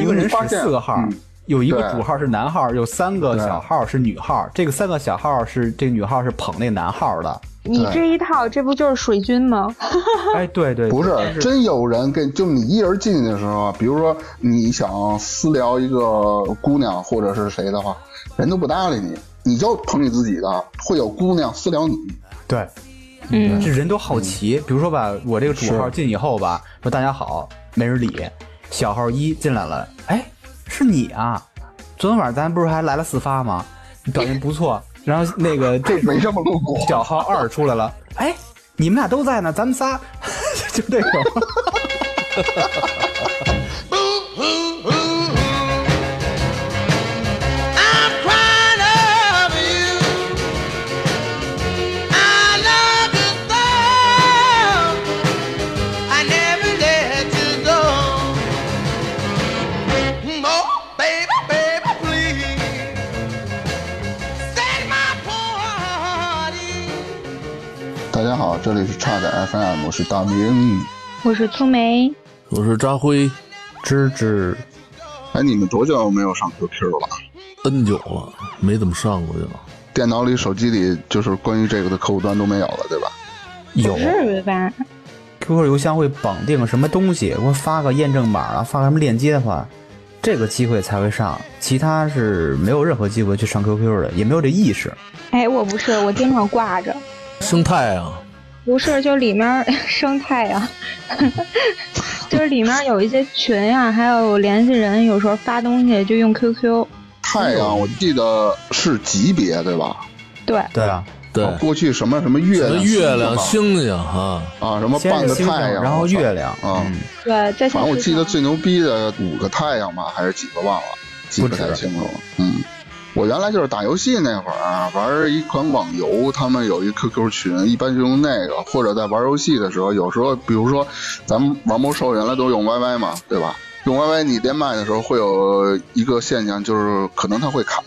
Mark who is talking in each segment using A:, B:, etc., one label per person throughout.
A: 一个人使四个号，
B: 嗯
A: 有一个
B: 对
A: 主号是男号，有三个
B: 对
A: 小号是女号。这个三个小号是这个女号是捧那男号的。
C: 你这一套，这不就是水军吗？
A: 哎，对对，
B: 不是
A: 但
B: 真有人跟，就你一人进去的时候，比如说你想私聊一个姑娘或者是谁的话，人都不搭理你，你就捧你自己的，会有姑娘私聊你，
A: 对，
C: 嗯，
A: 这人都好奇。比如说吧，我这个主号
B: 是
A: 进以后吧，说大家好，没人理。小号一进来了，哎，是你啊？昨天晚上咱不是还来了四发吗？你表现不错。然后那个这时候
B: 没这么露骨。
A: 小号二出来了，哎，你们俩都在呢，咱们仨 就这种。
D: Boo hoo hoo hoo. I'm crying over you. I love you so. I never let you go. Oh, baby, baby, please set my party.
B: 大家好，这里是差点 FM，我是大明。
C: 我是粗梅，
E: 我是扎辉，芝芝
B: 哎，你们多久没有上 QQ 了？
E: ，N 久了，没怎么上过去了。
B: 电脑里、手机里就是关于这个的客户端都没有了，对吧？
A: 有
C: 不至于吧？
A: QQ 邮箱会绑定什么东西，给我发个验证码啊，发个什么链接的话，这个机会才会上，其他是没有任何机会去上 QQ 的，也没有这意识。
C: 哎，我不是，我经常挂着，
E: 生态啊，
C: 不是，就里面儿生态呀、 就是里面有一些群呀、还有联系人，有时候发东西就用 QQ。
B: 太阳，我记得是级别对吧？
C: 对，
A: 对啊，
E: 对，
B: 过去什么什么哦月
E: 什么
B: 亮、
E: 月亮、
B: 星
E: 星星啊，
B: 星啊，什么
A: 先
B: 半
A: 是
B: 个
A: 星星，
B: 太阳，
A: 然后月亮，
B: 啊
A: 嗯，
C: 对，在
B: 反正我记得
C: 小呃时
B: 最牛逼的五个太阳吧，还是几个忘了，记不太清楚了。嗯，我原来就是打游戏那会儿啊，玩一款网游，他们有一 QQ 群，一般就用那个，或者在玩游戏的时候，有时候比如说咱们玩魔兽原来都用 YY 嘛，对吧？用 YY 你连麦的时候会有一个现象，就是可能它会卡，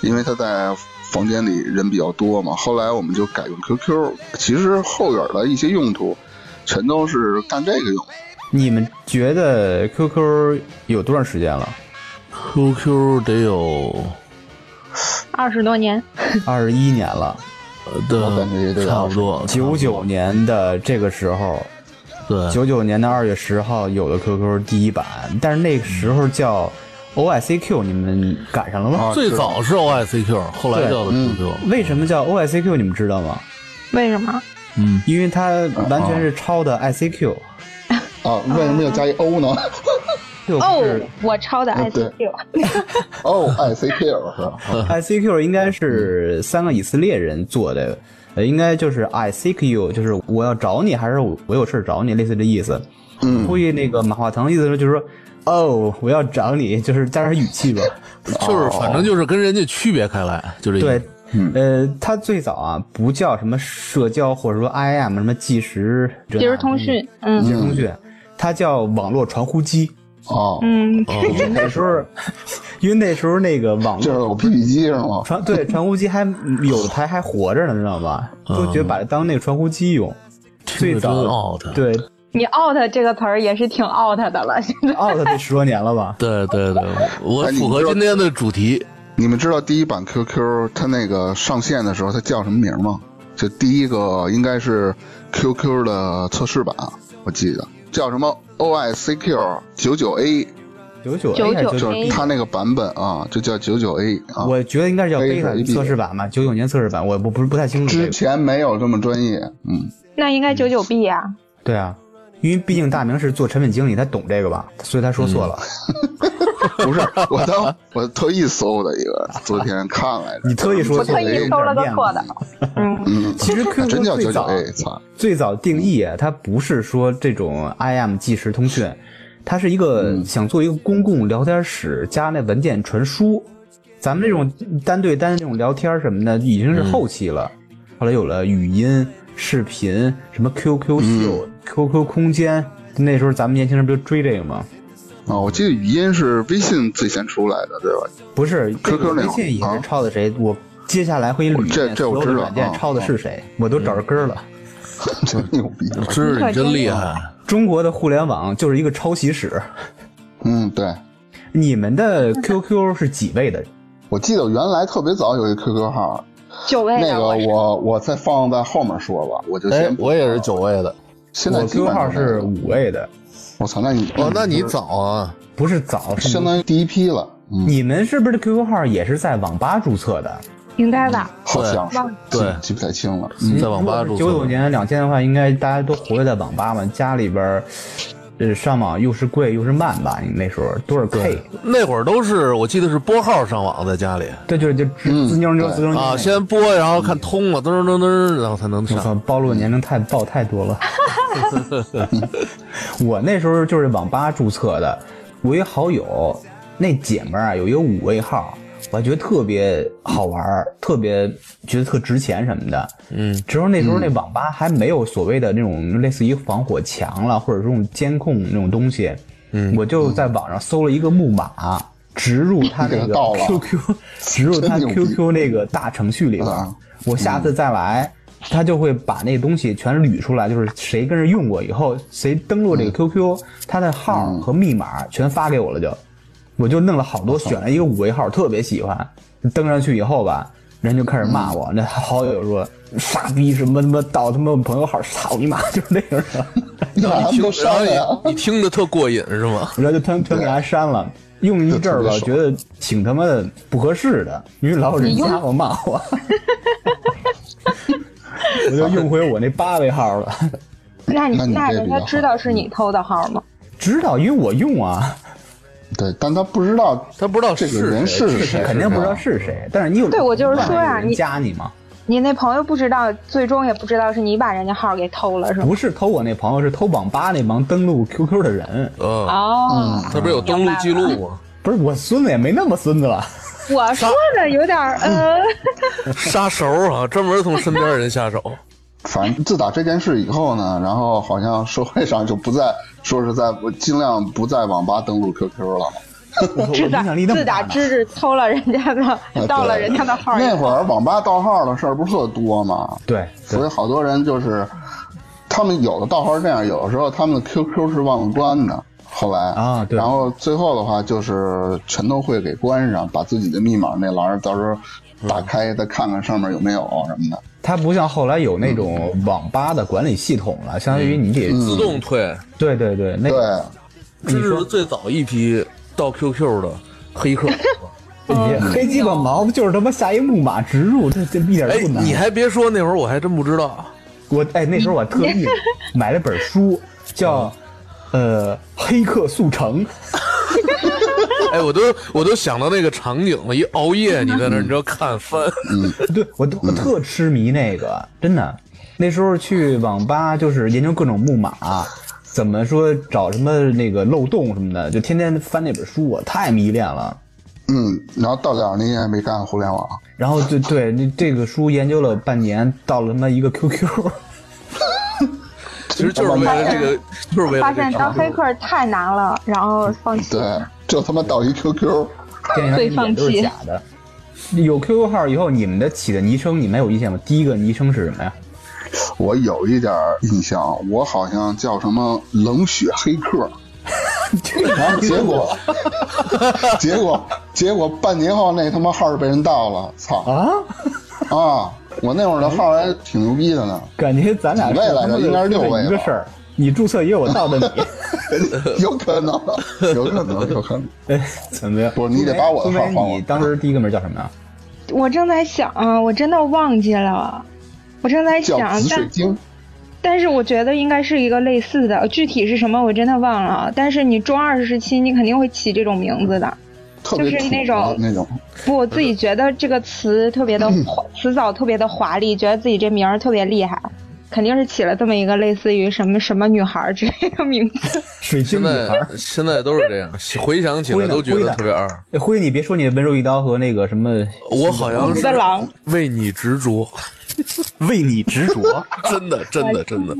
B: 因为它在。房间里人比较多嘛，后来我们就改用 QQ。其实后边的一些用途，全都是干这个用的。
A: 你们觉得 QQ 有多长时间了？
E: ，QQ 得有
C: 候二十多年，
A: 二十一年了，
E: 呃对
B: 我感觉也得有
E: 差不多嗯
A: 九九年的这个时候，
E: 对
A: 九九年的二月十号有的 QQ 第一版，但是那个时候叫 OICQ，你们赶上了吗？
B: 啊
E: 最早是 OICQ，后来叫的
B: 嗯
E: QQ，
A: 为什么叫 OICQ？你们知道吗？
C: 为什么？
E: 嗯，
A: 因为它完全是抄的 ICQ，
B: 啊，为什么要加一 O 呢？
A: 就
C: 哦
A: 是，
C: 我抄的
B: 嗯
C: ICQ，
B: 哦，I C Q 是吧？
C: 哦
A: ICQ 应该是三个以色列人做的，呃，应该就是 I seek you，就是我要找你，还是我我有事儿找你，类似这意思。
B: 嗯
A: 估计那个马化腾意思是就是说，哦，我要找你， 就是加点语气吧。
E: 就是反正就是跟人家区别开来，就这意
A: 对
E: 思。，
A: 呃，它最早啊不叫什么社交，或者说 IM 什么即时即
C: 即时通讯，嗯
A: 即时通讯，它叫网络传呼机。
B: 哦，
C: 嗯，
A: 那时候， 因为那时候那个网
B: 这
A: 络
B: 是我 BB 机是吗？
A: 传对传呼机还有的台还活着呢，知道吧？都觉得把它当那个传呼机用。最
E: 听着真
A: 早
E: out，
A: 对
C: 你 out 这个词儿也是挺 out 的了， 现在。
A: out 得十多年了吧？
E: 对对对，我
B: 哎你
E: 符合
B: 知道
E: 今天的主题，
B: 你们知道第一版 QQ 它那个上线的时候它叫什么名吗？就第一个应该是 QQ 的测试版，我记得叫什么 O I C Q 九九 A，
A: 九 九
C: 99
A: 还是
B: 就
A: 九
B: 是它那个版本啊，就叫九九 A 啊。
A: 我觉得应该是叫
B: A 是
A: beta 测试版吧，九九年测试版，我不不是不太清楚这
B: 之
A: 个。
B: 前没有这么专业，嗯，
C: 那应该九九 B 呀，
A: 对啊，因为毕竟大明是做产品经理，他懂这个吧，所以他说错了。
B: 嗯不是， 我当我特意搜的一个，昨天看来着。
A: 你特意说
C: 我
A: 错
C: 特
A: 了，
C: 意搜了个错的。嗯，
B: 嗯，
A: 其实 QQ
B: 真叫九
A: 最
B: 九
A: 早
B: A，操，
A: 最早定义啊它不是说这种 IM 即时通讯，它是一
B: 嗯
A: 个想做一个公共聊天室加那文件传输。咱们这种单对单这种聊天什么的已经是后期了，
B: 嗯
A: 后来有了语音、视频，什么 QQ
B: 嗯
A: 秀、QQ 空间，那时候咱们年轻人不就追这个吗？
B: 啊，我记得语音是微信最先出来的，对吧？
A: 不是，这
B: QQ
A: 个微
B: 那种
A: 信也
B: 啊
A: 是抄的谁？我接下来会捋一
B: 这
A: 遍
B: 这我
A: 所有的
B: 知道
A: 软件
B: 啊嗯
A: 抄的是谁，我都找着根儿了。
B: 真牛逼！
E: 知识你
C: 你可
E: 真
C: 真
E: 厉
C: 有
E: 害，
A: 中国的互联网就是一个抄袭史。
B: 嗯，对，
A: 你们的 QQ 是几位的？
B: 我记得原来特别早有一 QQ 号，
C: 九位啊
B: 那
C: 的
B: 个
C: 我是
B: 我我再放在后面说吧，我就
F: 哎
B: 先，
F: 我也是九位的。
B: 现在
A: 我
B: 基本
A: QQ 号
B: 上
A: 是五位的，
B: 我操，那你
F: 哦，那你早啊？
A: 不是早，是
B: 相当于第一批了，嗯，
A: 你们是不是 QQ 号也是在网吧注册的？
C: 应该吧？
B: 好像是
C: 忘，
E: 对
B: 记记不太清了，嗯，
E: 在网吧注
A: 九九
E: 册。
A: 年、两千的话，应该大家都活跃在网吧嘛，家里边儿，呃，上网又是贵又是慢吧？你那时候多少 K？
E: 那会儿都是，我记得是拨号上网，在家里
A: 对，就是就
B: 嗯
A: 吱滋妞妞滋妞妞
E: 啊，先拨，然后看通了，噔噔噔噔，然后才能
A: 我
E: 上。
A: 操，暴露年龄太暴太多了。 我那时候就是网吧注册的，我一好友，那姐们儿啊有一个五位号，我还觉得特别好玩儿，特别觉得特值钱什么的。
E: 嗯，
A: 只是那时候那网吧还没有所谓的那种类似于防火墙了，或者这种监控那种东西。嗯，我就在网上搜了一个木马，植入他那
B: 你
A: 个
B: 嗯给它盗了
A: QQ，植入他
B: 真牛逼
A: QQ 那个大程序里边儿
B: 啊。
A: 我下次再来，他就会把那东西全捋出来，就是谁跟人用过以后，谁登录这个 QQ，他的号和密码全发给我了就。我就弄了好多，选了一个五位号，特别喜欢。登上去以后吧，人就开始骂我，那好友说傻逼什么他妈盗他妈我朋友号，操你妈， 就是那种的。
B: 你把他们都
E: 然
B: 删
E: 后
B: 了呀。
E: 你你听着特过瘾是吗？
A: 然后就全全给他删了。用一阵儿吧，
B: 就特别爽
A: 觉得挺他妈的不合适的，因为老有人加我骂我， 我就用回我那八位号了。
C: 那你
B: 那你
C: 那
B: 这
C: 人
B: 比
C: 家
B: 较嗯
C: 知道是你偷的号吗？
A: 知道，因为我用啊，
B: 对，但他不知道
E: 他不知道
B: 这
E: 是
B: 个人
E: 谁
B: 是啊谁，
A: 肯定不知道是谁，但是你有
C: 对我就是说呀
A: 有人
C: 你
A: 加你嘛，
C: 你那朋友不知道，最终也不知道是你把人家号给偷了是吗？
A: 不是偷我那朋友，是偷网吧那帮登录 QQ 的人。
E: 嗯，
C: 哦，
E: 他不是有登录记录吗？
A: 不是我孙子也没那么孙子了，
C: 我说的有点儿
B: 嗯
C: 呃，
E: 杀手啊，专门从身边人下手。
B: 反正自打这件事以后呢，然后好像社会上就不再说是在我尽量不在网吧登录 QQ 了。
A: 我我
C: 自
A: 影
C: 打
A: 响力那么
C: 自
A: 大
C: 打
A: 呢。
C: 芝芝偷了人家的，盗了人家的号以后，
B: 啊那会儿网吧盗号的事儿不是特多吗？
A: 对，
B: 所以好多人就是，他们有的盗号是这样，有的时候他们的 QQ 是忘了关的。后来
A: 啊对
B: 然后最后的话就是全都会给关上，把自己的密码那栏儿到时
A: 嗯
B: 候打开，再看看上面有没有什么的。
A: 它不像后来有那种网吧的管理系统了，相当于你得
E: 自动退。
A: 对对对，那个
B: 嗯对，
E: 这是最早一批盗 QQ 的黑客。
A: 也
E: 呃
A: 黑鸡巴毛就是他妈下一木马植入，这这一点
E: 哎
A: 都不，难。
E: 你还别说，那会儿我还真不知道。
A: 我哎那时候我特意买了本 书，
E: 嗯
A: 叫呃《黑客速成》，
E: 哎，我都我都想到那个场景了，一熬夜你在那儿，你知道看翻，
A: 对我
E: 嗯
A: 都我特痴迷那个，真的。那时候去网吧就是研究各种木马，怎么说找什么那个漏洞什么的，就天天翻那本书，我太迷恋了。
B: 嗯，然后到了那年也没干互联网，
A: 然后就对那这个书研究了半年，到了他妈一个 QQ，
E: 其实就是为了这个，就是为了
C: 发
E: 这
C: 现
E: 个
C: 当
E: 场
C: 黑
E: 景。
C: 客太难了，然后放弃。
B: 对，就他妈盗一 QQ。
A: 电影
C: 对
A: 一点都
C: 放
A: 是
C: 弃
A: 假的。有 QQ 号以后，你们的起的昵称你们有意见吗？第一个昵称是什 么呀？
B: 我有一点儿印象，我好像叫什么冷血黑客，然后结 果，结果，结果半年后那他妈号儿被人盗了，操
A: 啊，
B: 啊！我那会儿的号儿还挺牛逼的呢，
A: 感觉咱俩
B: 几位来着应该是六位吧
A: 一个事儿。你注册也我盗的 你，
B: 有可能，有可能，有可能。
A: 哎，怎么样？
B: 不是你得把我的
A: 苏梅
B: 号
A: 苏
B: 还
A: 梅
B: 我
A: 你当时第一个名叫什 么呀？
C: 我正在想啊，我真的忘记了，我正在
B: 叫
C: 想，
B: 紫水
C: 但
B: 晶，
C: 但是我觉得应该是一个类似的，具体是什么我真的忘了。但是你中二时期，你肯定会起这种名字的。
B: 特别
C: 就
B: 土
C: 是那种
B: 的那种，
C: 不，我自己觉得这个词特别的华词藻特别的华丽，觉得自己这名儿特别厉害，肯定是起了这么一个类似于什么什么女孩儿之类的名字。
A: 水晶
E: 现
A: 女
E: 在
A: 孩。
E: 现在都是这样，回想起来都觉得特别二。
A: 哎辉，你别说你的温柔一刀和那个什么
E: 我好像是
C: 的狼
E: 为你执着，
A: 为你执着，
E: 真的真的真的，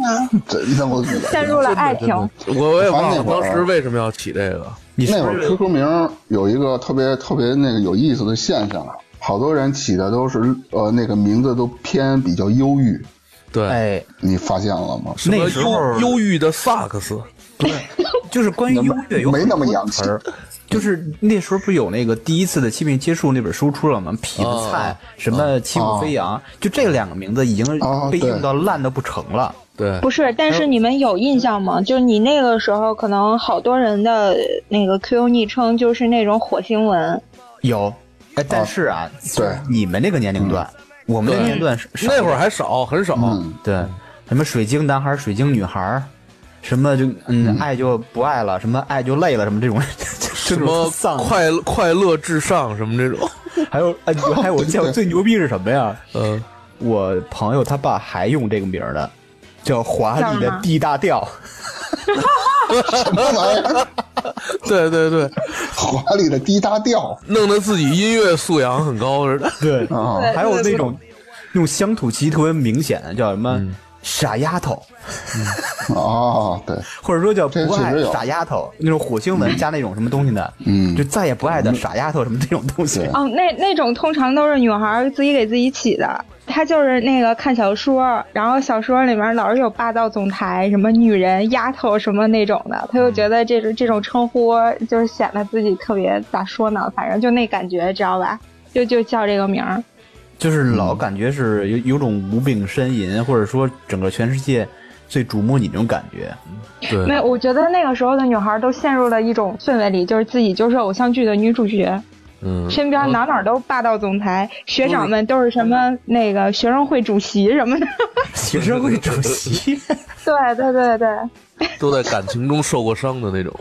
B: 真的我
C: 陷入了爱情，
E: 我我也忘了
B: 反正那会儿
E: 当时为什么要起这个。
A: 你是
B: 那会
A: 不
B: 儿
A: 是
B: QQ 名儿有一个特别特别那个有意思的现象，啊好多人起的都是呃那个名字都偏比较忧郁，
E: 对，
A: 哎，
B: 你发现了吗？
E: 什么
A: 那时候
E: 忧忧郁的萨克斯，
A: 就是关于优越有
B: 没那么洋气
A: 词儿， 就是那时候不有那个第一次的亲密接触那本书出了吗？痞子蔡、
E: 哦
A: 什么欺负飞扬，就这两个名字已经
B: 哦
A: 被
B: 对
A: 用到烂的不成了。
E: 对，
C: 不是，但是你们有印象吗？就是你那个时候，可能好多人的那个 QQ 昵称就是那种火星文，
A: 有，哎，但是啊，
B: 哦对
A: 你们这个年龄段，我们这个
E: 对
A: 年龄段是少
E: 那会儿还少，很少。
B: 嗯，
A: 对，什么水晶男孩、水晶女孩，什么就嗯爱就不爱了，什么爱就累了，什么这种 这
E: 什么
A: 种丧，
E: 快乐快乐至上什么这种，
A: 还有哎，还 有我见过最牛逼是什么呀？
E: 嗯，
A: 我朋友他爸还用这个名儿呢，叫华丽
C: 叫什
A: 的
C: 么
A: D 大调，
B: 什么玩意儿？
E: 对对对，
B: 华丽的低大调
E: 弄得自己音乐素养很高似的。
A: 对，
B: 啊！
C: 对
A: 还有那种用乡土气息特别明显，叫什么
B: 嗯
A: 傻丫头，
B: 哦，对，
A: 或者说叫
B: 这
A: 不
B: 确
A: 爱
B: 实有
A: 傻丫头，那种火星文加那种什么东西的，
B: 嗯
A: 就再也不爱的傻丫头什么这种东西
B: 对，
C: 哦，那那种通常都是女孩儿自己给自己起的。她就是那个看小说，然后小说里面老是有霸道总裁、什么女人、丫头什么那种的，她就觉得这种这种称呼就是显得自己特别咋说呢，反正就那感觉，知道吧？就就叫这个名儿。
A: 就是
B: 嗯
A: 老感觉是有有种无病呻吟，或者说整个全世界最瞩目你那种感 觉。
C: 没
E: 对，
C: 有，我觉得那个时候的女孩都陷入了一种氛围里，就是自己就是偶像剧的女主角，
E: 嗯，
C: 身边哪哪都霸道总裁，学长们都是什么那个学生会主席什么的。
A: 学生会主席，
C: 对对对对，
E: 都在感情中受过伤的那种。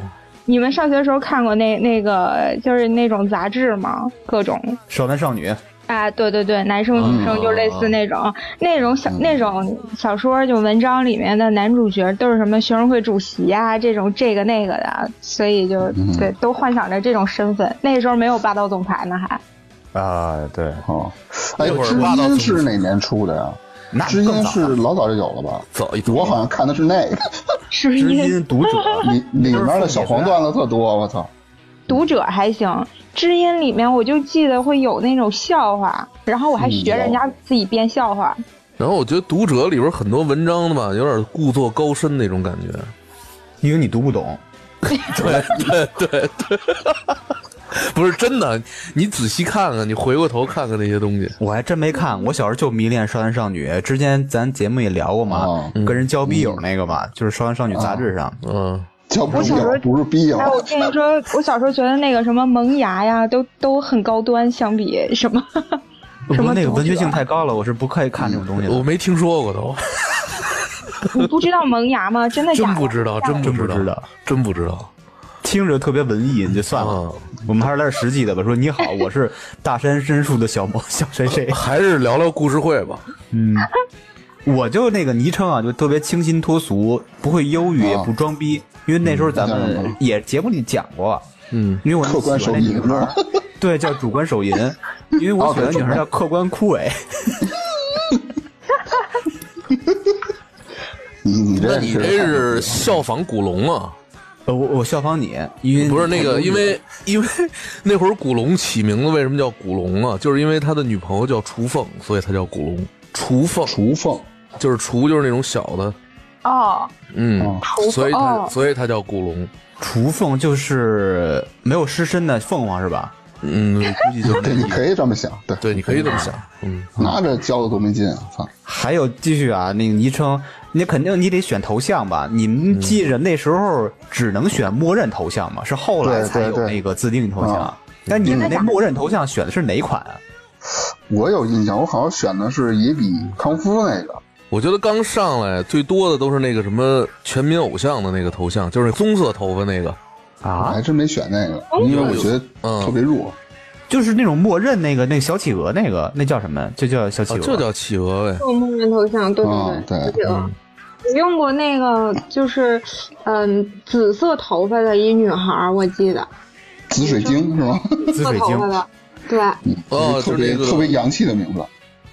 C: 你们上学的时候看过那那个就是那种杂志吗？各种。
A: 少男少女，
C: 啊，对对对，男生女
A: 啊
C: 生就类似那种、那种小
A: 嗯
C: 那种小说，就文章里面的男主角都是什么学生会主席啊，这种这个那个的，所以就、
A: 嗯
C: 对都幻想着这种身份。那时候没有霸道总裁呢，还
A: 啊，对，
B: 哦，哎，
E: 那会儿
B: 知
E: 霸道总
B: 音
E: 裁
B: 是哪年出的呀？
A: 那
B: 知
A: 更
B: 音
A: 早
B: 是老早就有了吧？
E: 早一
B: 我好像看的是那个，
C: 是
A: 知
C: 因为
A: 音 读者，
B: 里里面的小黄段子特多，我操！
C: 读者还行，知音里面我就记得会有那种笑话，然后我
A: 嗯
C: 还学人家自己编笑话。
E: 然后我觉得《读者》里边很多文章的吧，有点故作高深那种感觉。
A: 因为你读不懂。
E: 对对对，不是真的，你仔细看看，你回过头看看那些东西。
A: 我还真没看，我小时候就迷恋少男少女。之前咱节目也聊过嘛，
B: 哦嗯
A: 跟人交笔友那个嘛，就是少男少女杂志上。
E: 嗯，
B: 叫不
C: 我
B: 是
C: 小时候
B: 友，不是逼啊友
C: 哎，，我跟你说，我小时候觉得那个什么萌芽呀，都都很高端，相比什么
A: 不
C: 什
A: 过
C: 么
A: 那个
C: 读
A: 文学
C: 者
A: 性太高了，我是不可以看这种东西的。
B: 嗯
E: 我没听说过都，
C: 你不知道萌芽吗？真的假
E: 真
C: 的？
E: 不知道，真不
A: 真不知
E: 知
A: 道
E: 道，真不知道。
A: 听着特别文艺，你就算了。
B: 哦
A: 我们还是来点实际的吧。说你 好，我是大山深处的小猫 小谁谁。
E: 还是聊聊故事会吧。
A: 嗯，我就那个昵称啊，就特别清新脱俗，不会忧
B: 哦
A: 郁，也不装逼。因为那时候咱
B: 那叫什
A: 们
B: 么
A: 也节目里讲过，
E: 嗯，
A: 因为我那
B: 客观
A: 喜欢
B: 手
A: 那
B: 淫哦
A: 女孩儿，对，叫主观手淫。因为我喜欢的女孩儿叫客观枯萎。
B: 你你
E: 那
B: 这
E: 你这是效仿古龙啊？
A: 呃，我我效仿你，因为
E: 不是那
A: 我
E: 个，因为因为 那会儿古龙起名字为什么叫古龙啊？就是因为他的女朋友叫雏凤，所以他叫古龙。雏凤
B: 雏凤，
E: 就是雏，就是那种小的，
C: 哦，
A: 啊
E: 嗯，所以他
C: 哦
E: 所以他叫古龙。
A: 雏凤就是没有尸身的凤凰是吧？
E: 嗯，估计就是那
B: 对，你
E: 意思。
B: 可以这么想，对，
E: 对，你可以这么想。嗯，
B: 拿着教的多没劲啊！操，
A: 还有继续啊，那个昵称，你肯定你得选头像吧？你们
E: 嗯
A: 记着那时候只能选默认头像嘛，是后来
B: 对
A: 才有
B: 对对
A: 那个自定义头像
E: 哦
B: 啊。
A: 但你们那默认头像选的是哪款啊？
B: 我有印象，我好像选的是野比康夫那个，
E: 我觉得刚上来最多的都是那个什么全民偶像的那个头像，就是棕色头发那个。
B: 我
A: 啊
B: 还，真没选那个，
C: 哦
B: 因为我觉得
E: 嗯
B: 特别弱。
A: 就是那种默认那个那小企鹅那个那叫什么？就叫小企
E: 啊，
A: 鹅，
E: 就叫企鹅呗。
C: 做梦人头像，对
B: 嗯，对，
C: 对对。我用过那个，就是，嗯，紫色头发的一女孩，我记得，
B: 紫水晶是吗？
A: 紫水晶
C: 的，对，
E: 哦，
B: 特
E: 就是
B: 别
E: 那个
B: 特别洋气的名字，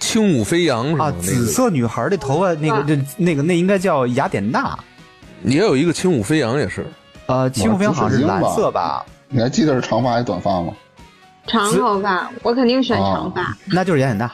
E: 轻舞飞扬是吧？
A: 啊，
E: 那个
A: 紫色女孩的头发那个那那个那应该叫雅典娜。
E: 也有一个轻舞飞扬也是。
A: 呃，青红兵好像是蓝色吧？
B: 你还记得是长发还是短发吗？
G: 长头发，我肯定选长发，
A: 那就是雅典娜。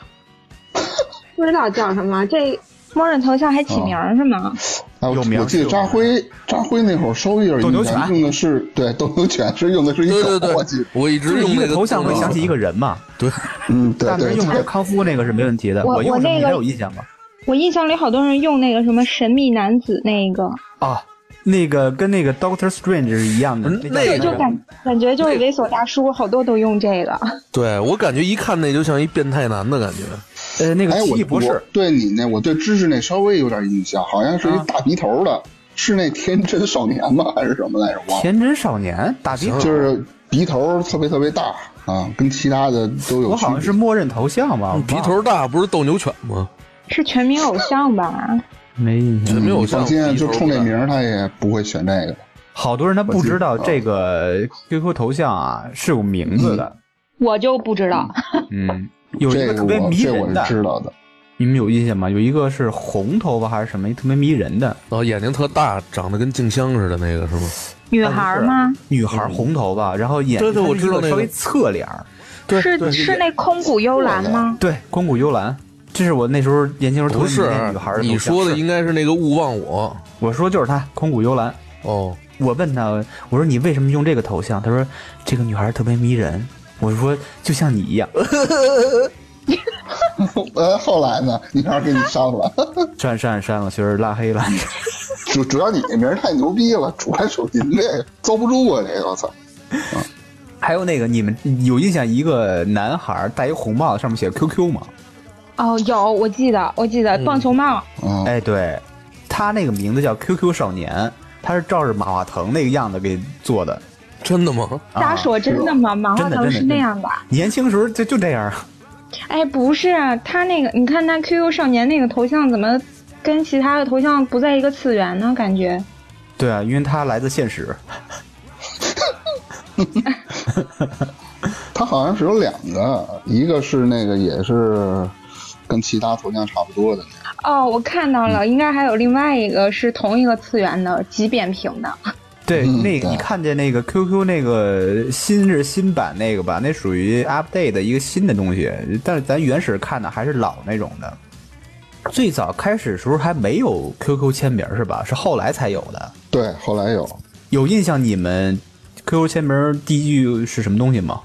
G: 不知道叫什么。这
C: 默认头像还起名儿是吗？
B: 哎，我
A: 有名
B: 我记得
A: 是有
B: 扎辉，扎辉那会儿收一人
A: 斗牛犬
B: 用的是对斗牛犬是用的是一
E: 对
B: 狗，
E: 对对
B: 我记得，，
E: 我一
A: 就
E: 直
A: 是
E: 用
A: 一
E: 那
A: 个头像会想起一个人嘛。
E: 对，
B: 嗯，对
A: 大明
B: 对，
A: 用的是康夫那个是没问题的，
C: 我
A: 用
C: 我
A: 什么
C: 那
A: 你
C: 个
A: 还有印象吗？
C: 我印象里好多人用那个什么神秘男子那个，
A: 啊，那个跟那个 Doctor Strange 是一样的
E: 嗯，
A: 叫
E: 那
A: 什
E: 个
A: 么
C: 就感感觉就是猥琐大叔，好多都用这个。
E: 对我感觉一看那就像一变态男的感觉，
A: 呃那个
B: 哎，
A: 奇
B: 我
A: 异博
B: 我
A: 士，
B: 对你那我对知识那稍微有点印象，好像是一
A: 啊
B: 大鼻头的，是那天真少年吗？还是什么来着？忘了，
A: 天真少年，大鼻头，
B: 就是鼻头特别特别大啊，跟其他的都有
A: 我
B: 区
A: 好像
B: 别
A: 是默认头像吧，我忘
E: 嗯鼻
A: 了
E: 头大不是斗牛犬吗？
C: 是全民偶像吧？
A: 没印象
E: 全。没有
B: 嗯你放
E: 像
A: 啊
E: 鼻头
B: 心，就冲这
E: 大
B: 名儿他也不会选这个。
A: 好多人他不知道这个 QQ 头像啊是有名字的，
C: 我就不知道，
A: 嗯，有一
B: 这
A: 个
B: 个
A: 特别
B: 我
A: 迷
B: 这我
A: 人
B: 是知
A: 的，
B: 道的。
A: 你们有印象吗？有一个是红头发还是什么，一特别迷人的
E: 然后哦眼睛特大，长得跟静香似的那个是吗？
C: 女孩吗？
A: 女孩，红头发，然后眼
E: 对对
A: 她是
E: 我知道
A: 一个
E: 那个
A: 稍微侧脸儿，
E: 对
C: 是是那空谷幽兰吗？
A: 对，空谷幽兰。这是我那时候年轻时候特
E: 不
A: 别迷
E: 是
A: 恋女孩儿头像，
E: 你说的
A: 是
E: 应该是那个勿忘我
A: 我说就是她，空谷幽兰。
E: 哦，
A: 我问他，我说你为什么用这个头像？他说这个女孩特别迷人。我说就像你一样，
B: 呃，后来呢？你还是给你删了，
A: 删删删了，就是拉黑了。
B: 主主要你这名儿太牛逼了，主要属您这个遭不住啊！这个我操，
A: 还有那个，你们有印象一个男孩戴一红帽子，上面写 QQ 吗？
C: 哦，有，我记得，我记得棒球帽。
B: 嗯，
A: 哎，对，他那个名字叫 QQ 少年，他是照着马化腾那个样子给做的。
E: 真的吗？
A: 啊
C: 大家说真的吗？马化
A: 真的真
C: 腾
A: 的
C: 是那样吧？
A: 年轻时候就就这样啊，
C: 哎，不是啊，他那个，你看他 QQ 少年那个头像怎么跟其他的头像不在一个次元呢？感觉
A: 对啊，因为他来自现实。
B: 他好像是有两个，一个是那个也是跟其他头像差不多的那个，
C: 哦，我看到了，应该还有另外一个是同一个次元的极扁平的。
A: 对，
B: 嗯
A: 那
B: 对
A: 你看见那个 QQ 那个新是新版那个吧？那属于 update 的一个新的东西，但是咱原始看的还是老那种的。最早开始的时候还没有 QQ 签名是吧？是后来才有的。
B: 对，后来有，
A: 有印象你们 QQ 签名第一句是什么东西吗？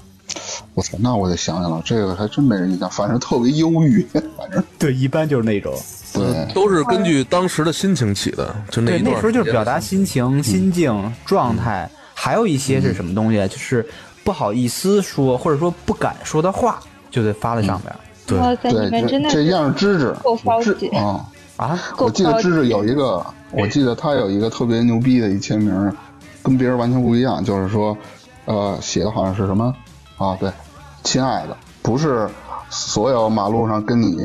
B: 我操，那我得想想了，这个还真没人印象，反正特别忧郁， 反正
A: 对，一般就是那种。
B: 对，
E: 呃都是根据当时的心情起的，就那
A: 对，
E: 一段
A: 那时候就是表达
E: 时
A: 心情、心境、状态，还有一些是什么东西啊，就是不好意思说，或者说不敢说的话，就得发在上面
E: 对
C: 哇塞，你们
B: 对，
C: 真
B: 这这
C: 的是
B: 样芝芝
C: 够高级
B: 芝啊。
A: 啊。
C: 够
B: 我记得
C: 高
B: 芝
C: 级
B: 芝有一个，我记得他有一个特别牛逼的一签名儿，跟别人完全不一样，就是说，呃，写的好像是什么啊？对，亲爱的，不是所有马路上跟你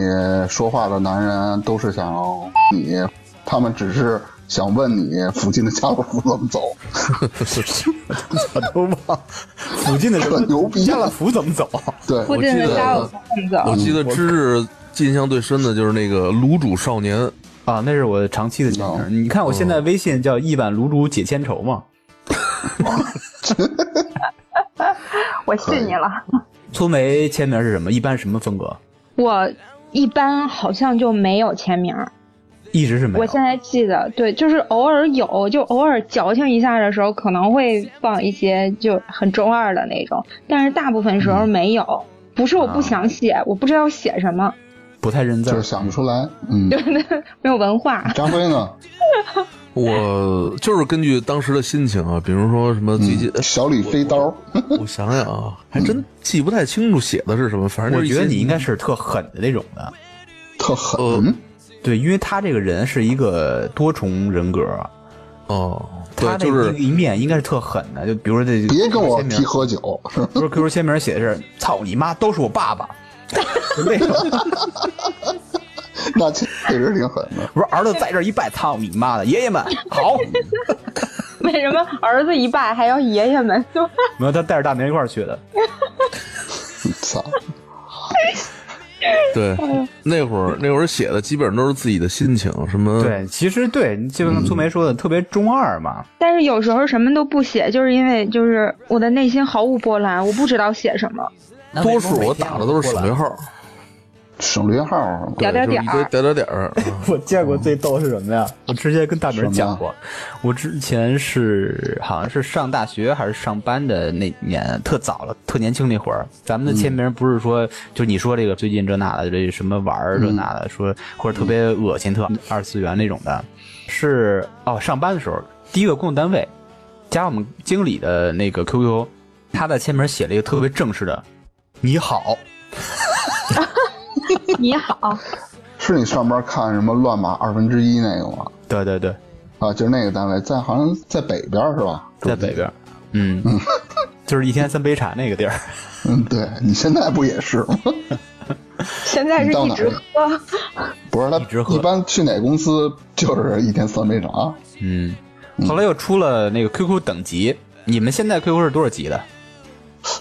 B: 说话的男人都是想你，他们只是想问你附近的家乐福怎么走。
A: 我都忘附近的什么
B: 可牛逼了啊
A: 家乐福怎么走？啊
B: 对，
C: 附近的家有怎
E: 候
C: 走？
E: 我记得芝芝印象最深的就是那个卤煮少年，
A: 啊，那是我长期的经
B: 哦
A: 历。你啊看我现在微信叫一碗卤煮解千愁嘛。
C: 我信你了。
A: 粗眉签名是什么？一般什么风格？
C: 我一般好像就没有签名儿，
A: 一直是没有。
C: 我现在记得，对，就是偶尔有，就偶尔矫情一下的时候，可能会放一些就很中二的那种，但是大部分时
E: 嗯
C: 候没有。不是我
E: 啊
C: 不想写，我不知道写什么，
A: 不太认字
B: 就
A: 儿
B: 是。想不出来。 嗯，
C: 没有文化。
B: 张飞呢？
E: 我就是根据当时的心情啊，比如说什么最近，
B: 嗯小李飞刀。
C: 嗯
E: 我想想啊，还真记不太清楚写的是什么，反正
A: 我
E: 就是一
A: 觉
E: 些
A: 得你应该是特狠的那种的，
B: 特狠，嗯
E: 呃
A: 对，因为他这个人是一个多重人格，
E: 哦，
A: 他
E: 对，
A: 那
E: 就是
A: 一面应该是特狠的。就比如说这，
B: 别跟我
A: 签名
B: 提喝酒，
A: 不是 QQ 签名写的是“操你妈，都是我爸 爸”，就那种。
B: 那确实挺狠的。
A: 我说儿子在这儿一拜，操你妈的，爷爷们好。
C: 为什么儿子一拜还要爷爷们？ 就
A: 没有，他带着大明一块儿去的。
B: 嗯操，
E: 对，
C: 哎
E: 那会儿那会儿写的基本上都是自己的心情，什么
A: 对，其实对，你就像粗梅说的，特别中二嘛。
C: 但是有时候什么都不写，就是因为就是我的内心毫无波澜，我不知道写什么。
E: 多数我打的都是手机号，
B: 省略号什么的
C: 点点点
E: 就是一
C: 儿
E: 堆，点点点儿。啊
A: 我见过最逗是什么呀？哦我之前跟大明讲过，我之前是好像是上大学还是上班的那年，特早了，特年轻那会儿，咱们的签名不是说、就你说这个最近这那的这什么玩儿这那的，说或者特别恶心特二次元那种的，是哦上班的时候第一个工作单位加我们经理的那个 QQ，他在签名写了一个特别正式的“你好
G: 你好，
B: 是你上班看什么乱码二分之一那个吗？”，
A: 对对对，
B: 啊，就是那个单位，在好像在北边是吧？
A: 在北边儿，嗯， 就是一天三杯茶那个地儿。
B: 嗯，对你现在不也是吗？
C: 现在是一直喝，
B: 不是他
A: 直喝
B: 一般去哪公司就是一天三杯茶，
A: 嗯，后来又出了那个 QQ 等级，你们现在 QQ 是多少级的？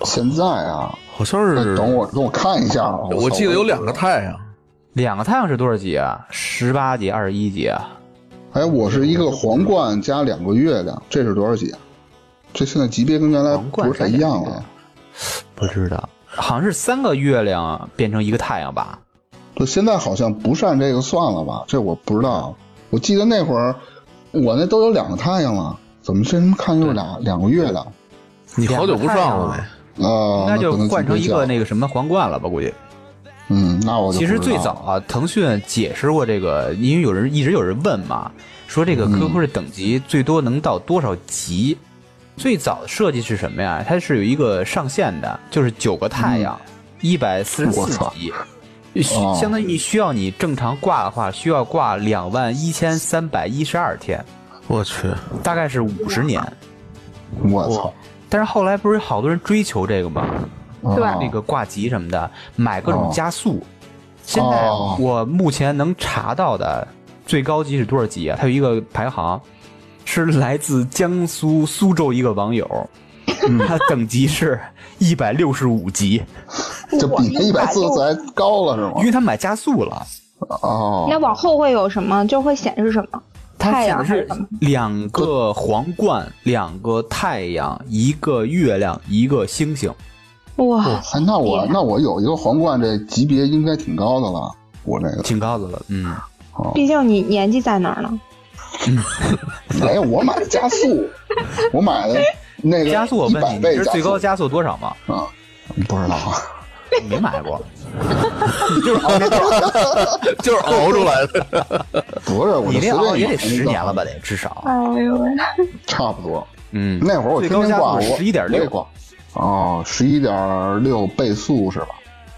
B: 现在啊，
E: 好像
B: 那
E: 是，
B: 等我等我看一下啊，
E: 我
B: 操
E: 记得有两个。太阳，
A: 两个太阳是多少级啊？十八级、二十一级啊？
B: 哎，我是一个皇冠加两个月亮，这是多少级啊？这现在级别跟原来
A: 皇冠
B: 不是太一样了，
A: 不知道，好像是三个月亮变成一个太阳吧？
B: 对，现在好像不是按这个算了吧？这我不知道。我记得那会儿我那都有两个太阳了，怎么这么看又是俩两个月亮？
E: 你好久不上了
A: 两个太阳
E: 呗？
B: 呃，
A: 哦那就
B: 可能
A: 换成一个
B: 级别
A: 那个什么皇冠了吧？估计。
B: 小嗯，那我就
A: 其实
B: 不知道
A: 最早啊，腾讯解释过这个，因为有人一直有人问嘛，说
B: 嗯
A: 这个 QQ 的等级最多能到多少级？最早的设计是什么呀？它是有一个上限的，就是九个太阳，一百四十
B: 嗯我
A: 四
B: 操
A: 级。需
B: 哦
A: 相当于你需要你正常挂的话，需要挂两万一千三百一十二天，
E: 我去，
A: 大概是五十年。
B: 我操，
A: 但是后来不是好多人追求这个吗？
B: 对
C: 对
A: 那个挂级什么的，买各种加速。现在
B: 哦
A: 我目前能查到的最高级是多少级啊？它有一个排行，是来自江苏苏州一个网友，
B: 嗯
A: 他等级是一百六十五级，
B: 这比那一百四十四还高了是
A: 因
B: 吗？
A: 为他买加速了。
B: 哦，
C: 那往后会有什么？就会显示什么？
A: 它
C: 太
A: 显
C: 阳
A: 示
C: 还是什么？
A: 两个皇冠，两个太阳，一个月亮，一个星星。
C: 哇，
B: 哎，那我那我有一个皇冠，这级别应该挺高的了。我这个
A: 挺高的了，嗯，
C: 毕竟你年纪在哪儿呢？
B: 没有，哎我买的加速，我买的那个
A: 加速我
B: 一
A: 问你，
B: 百
A: 你
B: 倍
A: 知道最高
B: 加
A: 加速多少吗？
B: 速啊，不知道，啊
A: 没买过，
E: 就是熬出来的。
B: 不是，我
A: 你
B: 就
A: 那
B: 随
A: 熬
B: 便
A: 也得
B: 买一个
A: 十年了吧，得至少。
C: 哎呦喂，
B: 差不多。
A: 嗯，
B: 那会儿我天天挂，我
A: 最高加速11.6
B: 我也挂，哦，十一点六倍速是吧？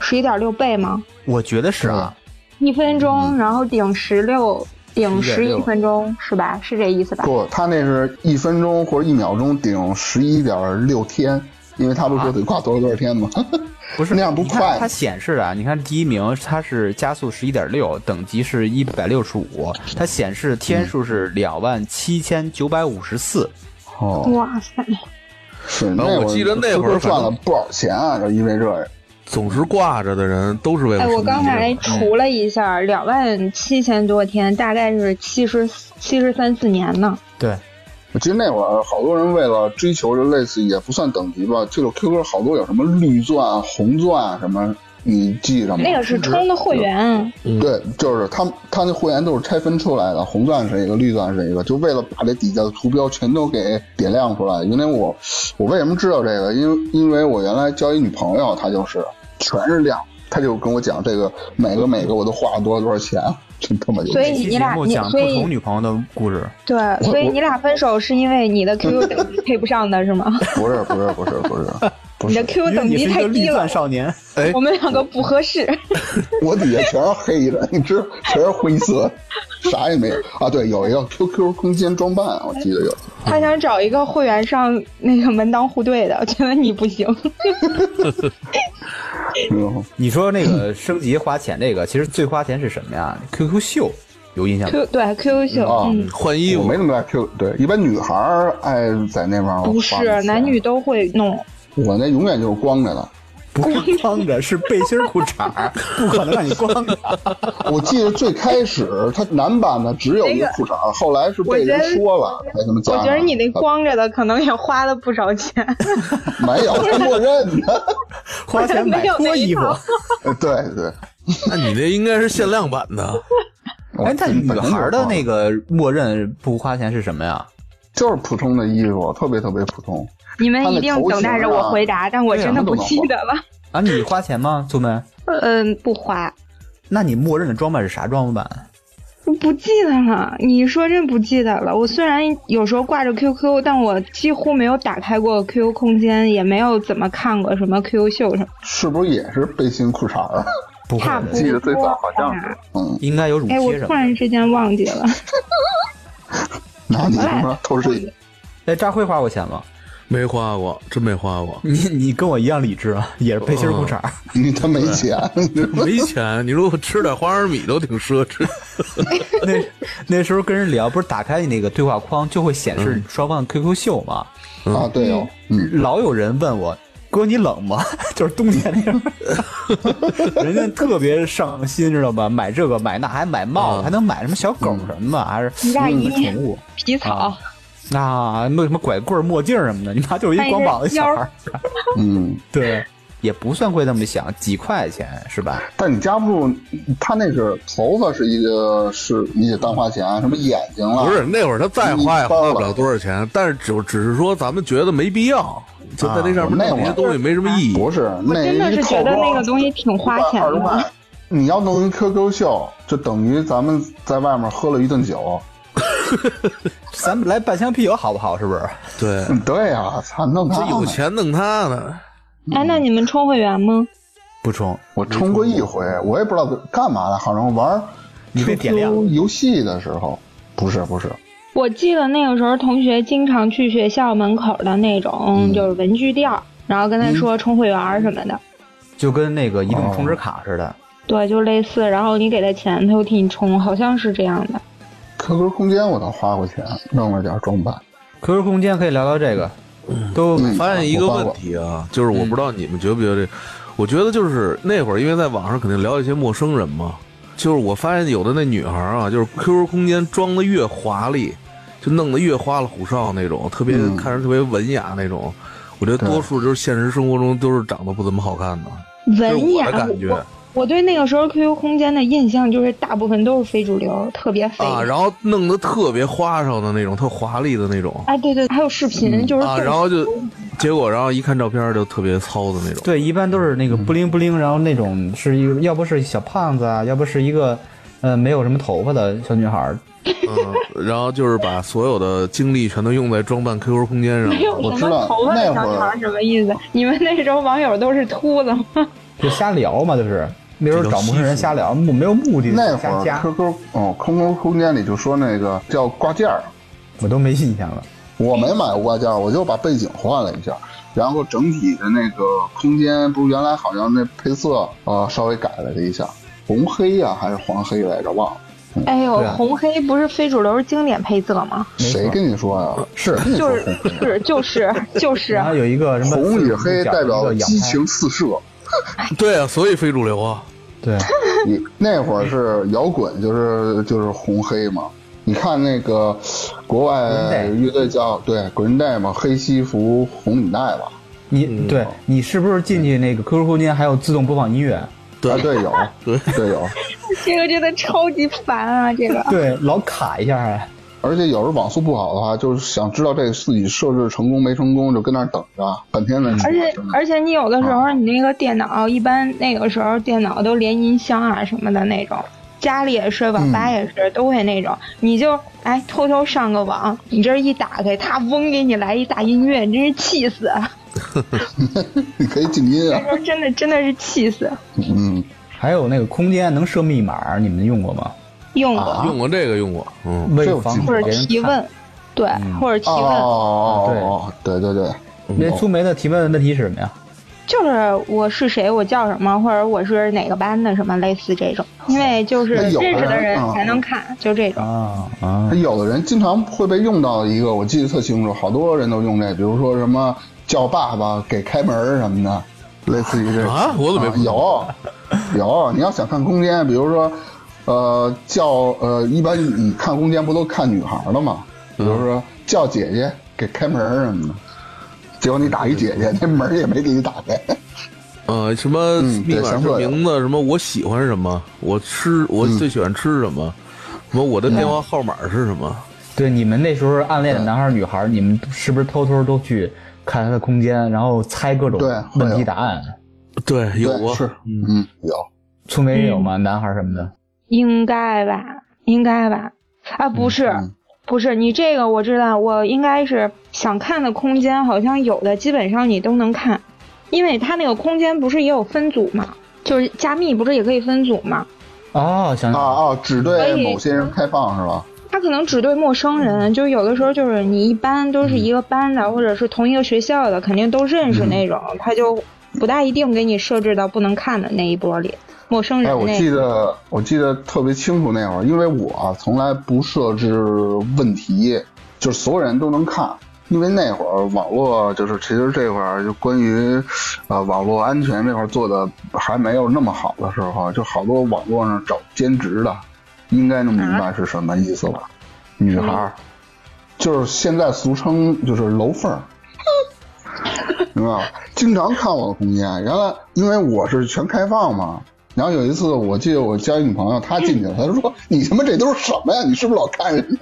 C: 十一点六倍吗？
A: 我觉得是
B: 嗯
A: 啊，
C: 一分
A: 嗯
C: 钟，然后顶十六，顶十
A: 11.6
C: 一分钟是吧？是这意思吧？
B: 不，他那是一分钟或者一秒钟顶十一点六天，因为他不是说得挂多少多少天吗？
A: 不是
B: 那样不
A: 你看
B: 快
A: 它显示啊，你看第一名它是加速十一点六，等级是一百六十五，它显示天数是两万七千九百五十四。
B: 哦，
C: 哇塞，
B: 是
E: 啊
B: 那会儿
E: 我记得那会儿
B: 都赚了
E: 反正
B: 不少钱啊，就因为这个。
E: 总是挂着的人都是为了
C: 哎，
E: 什么
C: 我刚才
A: 嗯
E: 理由
C: 除了一下，两万七千多天，大概是七十七十三四年呢。
A: 对，
B: 我记得那会儿好多人为了追求这类似也不算等级吧，就是 QQ 好多有什么绿钻、红钻什么，你记
A: 嗯
B: 着吗？
C: 那个是充的会员，
B: 对，就是他他那会员都是拆分出来的，红钻是一个，绿钻是一个，就为了把这底下的图标全都给点亮出来。因为我我为什么知道这个？因为因为我原来交一女朋友，她就是全是亮，她就跟我讲这个每个每个我都花了多少多少钱，真他妈有
C: 所以
B: 劲。
A: 期
C: 你
A: 节
C: 俩
A: 目
C: 你
A: 讲
C: 所
A: 不
C: 以
A: 同女朋友的故事，
C: 对，所以你俩分手是因为你的 QQ 等级配不上的是吗？
B: 不是不是不是不是不
C: 你的
A: 因
B: 是，
C: QQ
A: 为
C: 等
A: 你
C: 级
A: 是一
C: 太
A: 个绿
C: 低了
A: 钻，哎少年。
C: 我们两个不合适。
B: 我底下全是黑的，你知道全是灰色，啥也没有啊。对，有一个 QQ 空间装扮，我记得有。
C: 他
B: 嗯
C: 想找一个会员上那个门当户对的，我觉得你不 行。
B: 嗯
A: 你说那 个升级花钱这个，其实最花钱是什么呀？QQ 秀有印象吗？
C: Q 对 QQ 秀，
B: 啊
C: 嗯，
E: 换衣
B: 我
E: 服
B: 没，那么大 Q，对，一般女孩儿爱在那边儿花
C: 不
B: 的
C: 是，
B: 钱
C: 男女，都会弄。
B: 我那永远就是光着的。
A: 不是光着，是背心儿裤衩儿，不可能让你光 着。
B: 我记得最开始他男版的只有一个裤衩儿，后来是被人说了才他妈加
C: 我
B: 上。
C: 觉得你那光着的可能也花了不少钱，
B: 没有，他默认的。
A: 花钱买脱衣服，
B: 对对，
E: 那你这应该是限量版的，
A: 哎，那女孩的那
B: 个
A: 个默认不花钱是什么呀？
B: 就是普通的衣服，特别特别普通。
C: 你们一定等待
B: 啊
C: 着我回答，但我真的不记得了。
A: 啊，你花钱吗，苏梅？
C: 嗯，不花，
A: 那你默认的装扮是啥装扮？
C: 我不记得了。你说真不记得了。我虽然有时候挂着 QQ，但我几乎没有打开过 QQ 空间，也没有怎么看过什么 QQ 秀什么。
B: 是不是也是背心裤衩儿？啊
A: 不会
C: 差不
A: 的，
B: 记得最早好像是，啊嗯，
A: 应该有乳
C: 哎，
A: 贴
C: 我
A: 什
C: 突
A: 么的。
C: 然之间忘记了。
B: 拿你他妈偷税，
A: 哎，扎辉花过钱吗？
E: 没花过，真没花 过，
A: 你你跟我一样理智啊，也是背心儿裤衩儿。
B: 你他没钱， 啊
E: 没钱。你说我吃点花生米都挺奢侈，
A: 那 那时候跟人聊，不是打开那个对话框就会显示双方的 QQ 秀吗？
B: 啊，对 哦，嗯，
A: 老有人问我。哥，你冷吗？ 就是冬天那样， 人家特别上心，知道吧？买这个买那，还买帽子，
E: 嗯
A: 还能买什么小狗什么的，还是
C: 嗯你大
A: 什么
C: 姨
A: 宠物
C: 皮草
A: 啊，啊？那什么拐棍儿、墨镜儿什么的， 你妈就是一光膀子小孩儿。
B: 嗯，
A: 对，也不算贵，那么想，几块钱是吧？
B: 但你夹不住，他那是头发是一个是你得单花钱，啊什么眼睛了，
E: 不是那会儿他再花也
B: 你包
E: 花
B: 了
E: 不了多少钱，但是只只是说咱们觉得没必要，就在那上面
B: 啊
E: 弄这些东西没什么意义。
B: 不是，
C: 我
B: 那
C: 真的是觉得那个东西挺花钱
B: 二十
C: 的。
B: 块，你要弄一 QQ 秀，就等于咱们在外面喝了一顿酒。
A: 咱们来半箱啤酒好不好？是不是？
E: 对，
B: 嗯，对啊，操，弄他
E: 这
B: 呢
E: 有，钱弄他呢。
C: 哎，那你们充会员吗？
A: 不充，
B: 我充过一回，我也不知道干嘛的，好像玩
A: 你被点亮
B: QQ 游戏的时候，不是不是，
C: 我记得那个时候，同学经常去学校门口的那
E: 嗯
C: 种，就是文具店儿，然后跟他说充会员儿什么的，
A: 就跟那个移动充值卡似的。
C: 对，就类似。然后你给他钱，他就替你充，好像是这样的。
B: QQ 空间我倒花过钱，弄了点装扮。
A: QQ 空间可以聊聊这个，都
B: 嗯
E: 发现一个问题啊，就是我不知道你们觉不觉得这，我觉得就是那会儿，因为在网上肯定聊一些陌生人嘛，就是我发现有的那女孩啊，就是 QQ 空间装的越华丽，就弄得越花里胡哨那种，特别、
B: 嗯
E: 看着特别文雅那种。我觉得多数就是现实生活中都是长得不怎么好看的，这是
C: 文啊
E: 我
C: 雅
E: 的，感觉啊
C: 我我对那个时候 QQ 空间的印象就是大部分都是非主流，特别肥。
E: 啊，然后弄得特别花哨的那种，特华丽的那种
C: 哎，对对，还有视频，就是
E: 啊，
C: 动
E: 然后就结果然后一看照片就特别糙的那种。
A: 对，一般都是那
B: 嗯
A: 个不灵不灵，然后那种是一个，要不是小胖子啊，要不是一个呃没有什么头发的小女孩儿。
E: 嗯，然后就是把所有的精力全都用在装扮 QQ 空间上。
C: 没有
B: 我
C: 什
B: 知
C: 么
B: 道
C: 头发的
B: 那
C: 小
B: 会
C: 女
B: 儿
C: 孩儿什么意思？你们那时候网友都是秃子吗？
A: 就瞎聊嘛，就是那时候找陌生人瞎聊，目没有目的
B: 那
A: 地
B: 会
A: 瞎
B: 儿
A: 加，
B: QQ 哦，QQ 空间里就说那个叫挂件儿，
A: 我都没印象了。
B: 我没买过挂件儿，我就把背景换了一下，然后整体的那个空间不是原来好像那配色呃稍微改了一下，红黑呀、还是黄黑来着，忘了。
C: 哎呦，
A: 对啊
C: 红黑不是非主流经典配色 吗？
A: 没错呃
B: 谁跟你说呀？是跟你说红
C: 就是是就是就 是
A: 然，后有一个什么
B: 红与黑代表激情，四射。
E: 对啊，所以非主流啊。
A: 对，
B: 你那会儿是摇滚，就是就是红黑嘛。你看那个国外
A: Green Day
B: 乐队叫对 Green Day 嘛，黑西服红领带吧。嗯
A: 你对你是不是进去那个 QQ 空间还有自动播放音乐？
E: 对
B: 啊， 对有，
E: 对
B: 对有，
C: 这个真的超级烦啊！这个
A: 对，老卡一下啊。
B: 而且有时候网速不好的话，就是想知道这自己设置成功没成功，就跟那儿等着，半天的。
C: 而且而且你有的时候你那个电脑，一般那个时候电脑都连音箱啊什么的那种，家里也是，
A: 嗯
C: 网吧也是，都会那种。你就哎偷偷上个网，你这一打开，它嗡给你来一大音乐，你真是气死！啊
B: 你可以静音啊，
C: 真的真的是气死。
B: 嗯，
A: 还有那个空间能设密码，你们用过吗？
C: 用过、
E: 用过这个，用过，嗯，
A: 为
B: 这有
A: 防
B: 技术
A: 止
C: 或
A: 啊别
C: 者
A: 人
C: 提
A: 看嗯
C: 问，对，或者提
B: 哦哦
C: 问。
B: 哦，对对对，
A: 那苏梅的提问问题是什么呀？
C: 就是我是谁，我叫什么，或者我是哪个班的，什么类似这种，因为就是
B: 哦那有的
C: 认识的
B: 人
C: 人
B: 嗯
C: 才能看，就这种。
A: 啊啊！
B: 有的人经常会被用到一个，我记得特清楚，好多人都用这，比如说什么叫爸爸给开门儿什么的，类似于这
E: 啊我怎么没碰
B: 有有？你要想看空间，比如说呃叫呃，一般你看空间不都看女孩儿的嘛？比如说叫姐姐给开门儿什么的，结果你打一姐姐，那门儿也没给你打开，
E: 呃，什么
B: 嗯
E: 密
B: 对
E: 码
B: 相
E: 是
B: 对的
E: 名字，什么我喜欢什么，我吃我
B: 嗯
E: 最喜欢吃什么，什么我的电话号码是什么，
A: 对，你们那时候暗恋的男孩儿女孩儿，你们是不是偷偷都去看他的空间，然后猜各种
B: 对
A: 问
B: 会
A: 题
B: 有
A: 答案？
E: 对，有
B: 对，
E: 啊，
B: 是，嗯，有，
A: 粗眉也有
B: 嗯
A: 吗？男孩儿什么的？
C: 应该吧，应该吧。啊，不是，
B: 嗯
C: 不是，你这个我知道，我应该是想看的空间，好像有的基本上你都能看，因为它那个空间不是也有分组嘛，就是加密不是也可以分组嘛，
A: 哦，想起来
B: 啊
A: 了
B: 啊，只
C: 所
B: 对
C: 以
B: 某些人开放是吧？
C: 它可能只对陌生
B: 嗯
C: 人，就是有的时候就是你一般都是一个班的，或者是同一个学校的，肯定都认识那种，
B: 嗯
C: 他就不大一定给你设置到不能看的那一波里，陌生
B: 哎，
C: 人
B: 我
C: 那
B: 记得我记得特别清楚那会儿，因为我啊从来不设置问题，就是所有人都能看。因为那会儿网络就是其实这块儿就关于，呃，网络安全这块儿做的还没有那么好的时候，就好多网络上找兼职的，应该能明白是什么意思吧？女孩儿，就是现在俗称就是楼缝儿， 明白吧？经常看我的空间，原来因为我是全开放嘛。然后有一次，我记得我交一女朋友，她进去了，她说：“你他妈这都是什么呀？你是不是老看人家？”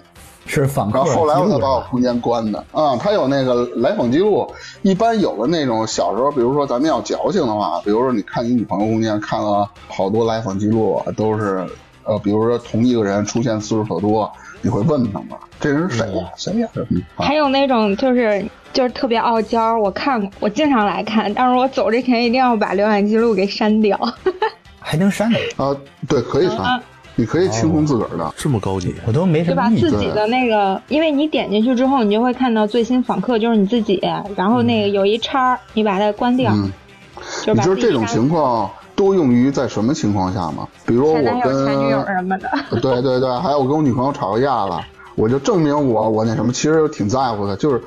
A: 是访客
B: 然后后来
A: 记
B: 我
A: 录
B: 才把我
A: 的
B: 空间关的啊，他有那个来访记录，一般有的那种小时候，比如说咱们要矫情的话，比如说你看你女朋友空间看了好多来访记录，都是呃，比如说同一个人出现次数可多，你会问他们这人是谁呀、谁呀、嗯 啊
C: 还有那种就是就是特别傲娇，我看过，我经常来看，但是我走之前一定要把浏览记录给删掉。
A: 还能删的，
B: 啊，对，可以删，你可以清空自个儿的。
E: 这么高级，
A: 我都没什
C: 就
A: 么
C: 把
A: 意
C: 自
A: 见。
C: 己的那个，因为你点进去之后，你就会看到最新访客就是你自己，然后那个有一叉儿，你把它关掉，
B: 嗯
C: 就是
B: 你
C: 把
B: 知
C: 自
B: 道
C: 己
B: 这种情况多用于在什么情况下吗？比如我
C: 前男
B: 跟
C: 友、前女友什么的。
B: 对对对，还有我跟我女朋友吵过架了，我就证明我我那什么，其实挺在乎的，就是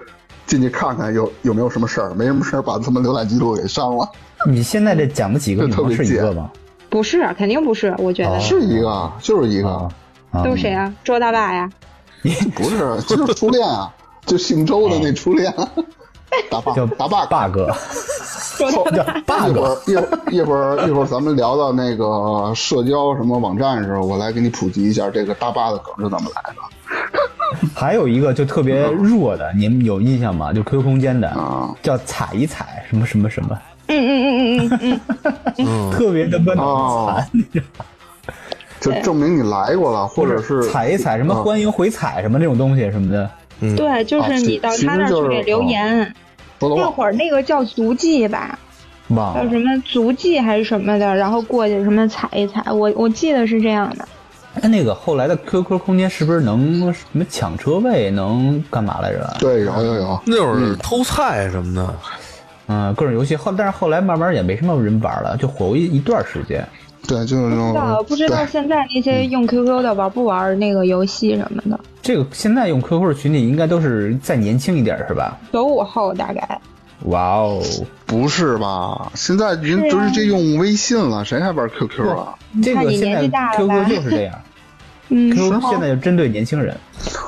B: 进去看看有有没有什么事儿，没什么事儿把他们浏览记录给删了。
A: 你现在这讲的几个
B: 这
A: 女
B: 特
A: 朋友
B: 别
A: 是一
B: 贱
A: 个吗？
C: 不是，肯定不是，我觉
A: 哦
C: 得、
B: 是一个，就是一个
A: 啊，
B: 嗯
A: 啊
C: 都是谁啊？周大爸呀，
B: 不是，就是初恋啊，就姓周的那初恋，打 bug
A: 哦叫
B: 打 bug。
A: 霸哥，叫霸
B: 一会
A: 哥。
B: 儿一会儿一会儿一会儿，咱们聊到那个社交什么网站的时候，我来给你普及一下这个大巴的梗是怎么来的。
A: 还有一个就特别弱的，你们有印象吗？就 QQ 空间的
B: 啊，
A: 叫踩一踩什么什么什么，
C: 嗯嗯嗯嗯嗯嗯，
A: 特别他妈
B: 哦
A: 难踩，
B: 就证明你来过了，或者是
A: 踩一踩什么
B: 嗯
A: 欢迎回踩什么这种东西什么的。
E: 嗯，
C: 对，就
B: 啊
C: 是
B: 其
C: 你到他那
B: 其实
C: 儿去
B: 就是哦
C: 给留言，
B: 说的
C: 那
B: 话。
C: 会儿那个叫足迹吧，
A: 忘
B: 哦
C: 叫什
A: 了。
C: 么足迹还是什么的，然后过去什么踩一踩，我我记得是这样的。
A: 哎，那个后来的 QQ 空间是不是能什么抢车位，能干嘛来着？
B: 对，有有有，
E: 那会儿偷菜什么的，
A: 嗯，各种游戏后，但是后来慢慢也没什么人玩了，就火过一一段时间。
B: 对，就是那
C: 不知道
B: 种
C: 不知
B: 嗯
C: 道
B: 对嗯
C: 现在那些用 QQ 的玩不玩那个游戏什么的？
A: 这个现在用 QQ 的群体应该都是再年轻一点儿是吧？
C: 九五后大概
A: 哇哦，
B: 不是吧？现在人
C: 对啊
B: 都直接用微信了，谁还玩 QQ 啊？
A: 这
C: 看
A: 个
C: 你
A: 现
C: 年
A: 在
C: 纪大了吧
A: QQ 就是这 样
C: 嗯，
A: ，QQ 现在就针对年轻人。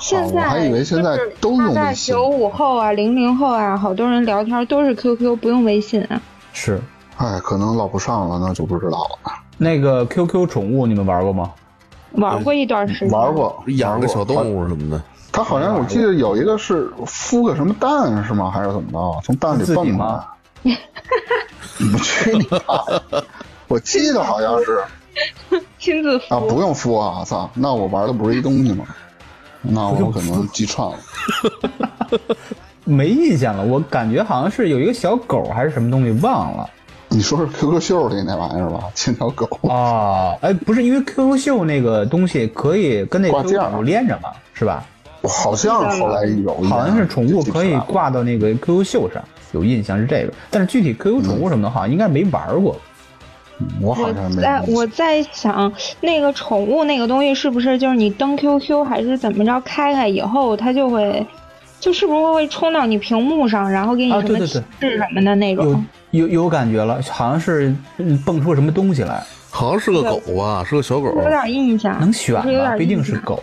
C: 现在
B: 啊我还以为现在都
C: 大
B: 用
C: 概
B: 微信
C: 九。五后啊、零零后啊，好多人聊天都是 QQ，不用微信啊。
A: 是
B: 哎，可能老不上了，那就不知道了。
A: 那个 QQ 宠物，你们玩过吗？
C: 玩过一段时间，
B: 玩过，
E: 养个小动
B: 物。
E: 物什么的，
B: 他好像我记得有一个是孵个什么蛋是吗？还是怎么着？从蛋里
A: 自己
B: 蹦出来
A: 吗？
B: 你去你大爷！我记得好像是
C: 亲自
B: 啊，
C: 服
B: 不用孵啊！操，那我玩的不是一东西吗？那我可能记串了。
A: 没印象了，我感觉好像是有一个小狗还是什么东西忘了
B: 你说是 QQ 秀里那玩意儿吧？ 牵条狗。
A: 啊。哎，不是，因为 QQ 秀那个东西可以跟那
B: 挂件
A: QQ
B: 儿
A: 宠物连着嘛，是吧？
B: 好像是后来有一点，
A: 好像是宠物可以
B: 嗯就记不出来了
A: 挂到那个 QQ 秀上，有印象是这个，但是具体 QQ 宠物什么的，好像应该没玩过。
B: 我好
C: 我
B: 像没
C: 在我在想，那个宠物那个东西是不是就是你登 QQ 还是怎么着开开以后，它就会，就是不是会冲到你屏幕上，然后给你
A: 啊
C: 什
A: 对
C: 么
A: 对
C: 提示什么的那种？啊
A: 有有有感觉了，好像是嗯蹦出什么东西来，
E: 好像是个狗吧，是个小狗。
C: 有点印象，
A: 能选
C: 是有
A: 吧？
C: 点
A: 不一定
C: 印
A: 是
C: 象
A: 狗，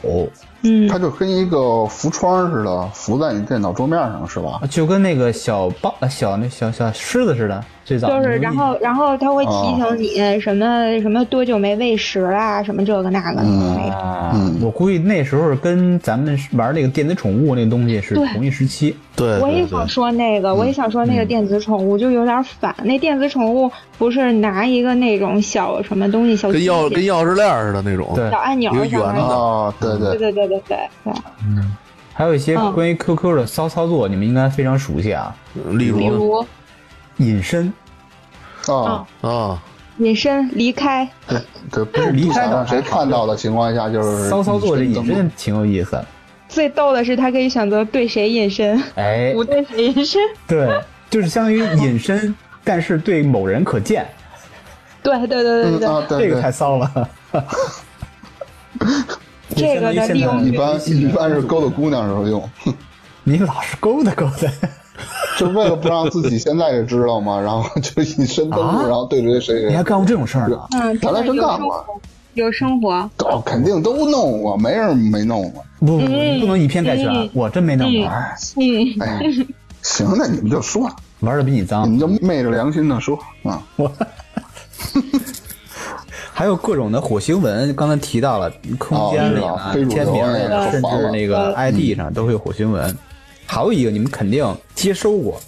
C: 嗯
B: 它就跟一个浮窗似的，浮在你电脑桌面上，是吧？
A: 啊就跟那个小豹、呃小那小小狮子似的，最早
C: 就是，然后然后他会提
B: 哦
C: 醒你什么什么多久没喂食啦，什么这个那个的那种。
A: 啊，
B: 嗯
A: 我估计那时候跟咱们玩那个电子宠物那个东西是
C: 对
A: 同一时期。
E: 对
C: 我也
E: 对
C: 想
E: 对，
C: 说那个，我也想说那个电子宠物就有点反。那电子宠物不是拿一个那种小什么东西，小
E: 跟钥
C: 机器
E: 跟钥匙链儿似的那种。
A: 对
C: 小按钮
E: 有
C: 上
E: 圆的
C: 面。
B: 啊，对
C: 对
B: 对，
C: 对对对对对，
A: 还有一些
C: 嗯
A: 关于 QQ 的骚操作，你们应该非常熟悉啊，
E: 例
G: 比
E: 如
G: 如
A: 隐身。
B: 啊，
E: 呢啊，
C: 隐身离开，
B: 对，不
A: 是离
B: 不
A: 开
B: 想
A: 的
B: 让谁看到的情况下，就是
A: 骚操作这
B: 隐
A: 隐
B: 身登
A: 身挺有意思。
C: 最逗的是他可以选择对谁隐身，
A: 哎，
C: 不对谁隐身。
A: 对，就是相当于隐身，但是对某人可见，
C: 对对对对
B: 录
C: 对
B: 嗯，啊，对
A: 这个太
B: 对，
A: 骚 了。
C: 这个
A: 就相当
C: 呢
A: 于现在
C: 利用
B: 一般一般是勾搭姑娘时候用，
A: 你老是勾搭勾搭，
B: 就为了不让自己现在给知道嘛，然后就隐身登
A: 啊
B: 录，然后对着谁
A: 你还
B: 谁，
A: 干过这种事儿呢？
C: 嗯，
B: 咱俩真
C: 有
B: 干
C: 生
B: 过
C: 活，有生活，
B: 哦，肯定都弄过，没人没弄过。
A: 不不不，
C: 嗯
A: 你不能以偏概全啊
C: 嗯！
A: 我真没那么玩儿，
B: 哎，
C: 嗯，
B: 哎，行，那你们就说，
A: 玩的比你
B: 你
A: 脏。
B: 们就昧着良心的说啊。
A: 还有各种的火星文，刚才提到了空间里
B: 哦
A: 啊、
B: 是啊
A: 签名里
B: 非主流那
A: 啊，
B: 个
A: 甚至那个
C: 嗯
A: ID 上都会有火星文。还有一个你们肯定接收过，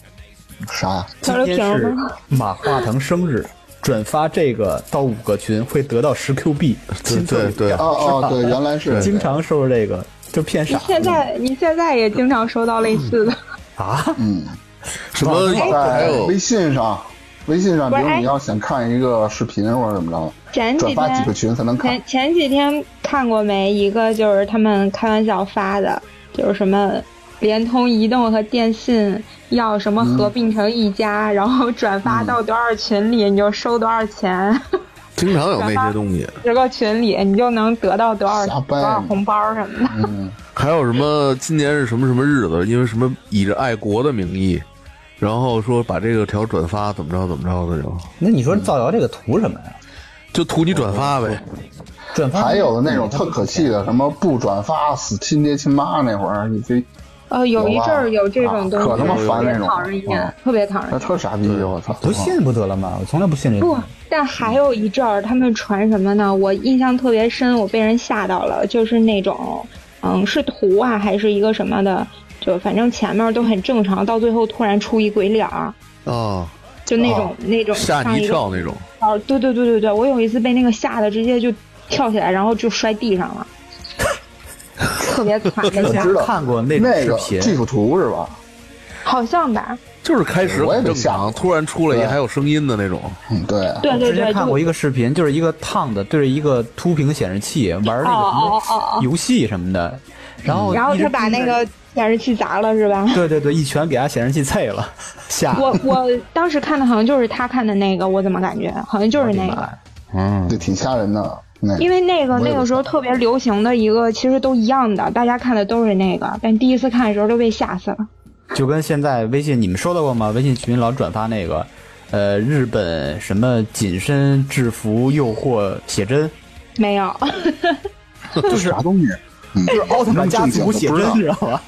B: 啥呀？
A: 今天是马化腾生日，转发这个到五个群会得到十 Q 币，亲测
E: 对对
B: 哦哦，对，原来是
A: 经，常收着这个就骗
C: 你
A: 傻
C: 现在你现在也经常收到类似的，
A: 啊！
B: 嗯，
E: 什么还
B: 在
E: 有
B: 微信上，微信上，比
C: 不是
B: 如
C: 哎
B: 你要想看一个视频或者怎么
A: 哎
B: 着，
C: 前
B: 转
C: 几
B: 发几
C: 天
B: 个群才能看
C: 前。前几天看过没？一个就是他们开玩笑发的，就是什么联通、移动和电信要什么合并成一家，然后转
B: 嗯
C: 发到多少群里，你就收多少钱，
E: 经常有那些东西，
C: 十个群里你就能得到多少
B: 瞎掰
C: 多少红包什么的。
B: 嗯，
E: 还有什么今年是什么什么日子？因为什么以着爱国的名义，然后说把这个条转发怎么着怎么着的那种，
A: 那你说造谣这个图什么呀？
E: 就图你转发呗。
A: 转发
B: 还有的那
A: 嗯
B: 种特可气的，什么不转发死亲爹亲妈那会儿，你这
A: 哎
C: 呃，有一阵儿有这种东西，
B: 啊可他妈烦那
C: 特别
B: 种
C: 讨人厌
B: 啊，
C: 特别讨人
B: 那
C: 厌。
B: 特傻逼，我操！啊
A: 不信不得了吗？我从来不信这
C: 不
A: 个。，
C: 但还有一阵儿，他们传什么呢？我印象特别深，我被人吓到了，就是那种，嗯，是图啊，还是一个什么的，就反正前面都很正常，到最后突然出一鬼脸儿，
E: 啊，
C: 就那种、那种
E: 吓
C: 像
E: 你一
C: 个
E: 跳那种。
C: 哦，对对对对对，我有一次被那个吓得直接就跳起来，然后就摔地上 了，特别惨的吓
B: 知，道
A: 看过那种
B: 那个
A: 视
B: 技
A: 频，
B: 术图是吧？
C: 好像吧。
E: 就是开始
B: 我也
E: 很
B: 被
E: 正
B: 吓
E: 常，突然出来一
B: 对
E: 还有声音的那种，
B: 嗯，对，
C: 对对
A: 之前
C: 对，
A: 看
C: 就
A: 过一个视频，就是一个烫的对着一个凸屏显示器玩那个什
C: 哦哦哦嗯
A: 么游戏什么的，然后
C: 然后
A: 哦一直
C: 他把那个显示器砸了是吧？
A: 对对对一拳给他显示器碎了，吓
C: 我我当时看的好像就是他看的那个，我怎么感觉好像就是那
A: 我的
C: 个
A: 妈，呀
E: 嗯
B: 这挺吓人的。那个
C: 因为那个
B: 我也
C: 那个时候特别流行的一个，其实都一样的，大家看的都是那个，但第一次看的时候都被吓死了。
A: 就跟现在微信你们收到过吗？微信群老转发那个，呃，日本什么紧身制服诱惑写真，
C: 没有，
A: 就是
B: 啥东西？嗯，
A: 就是奥特曼家族写真，你知道吗？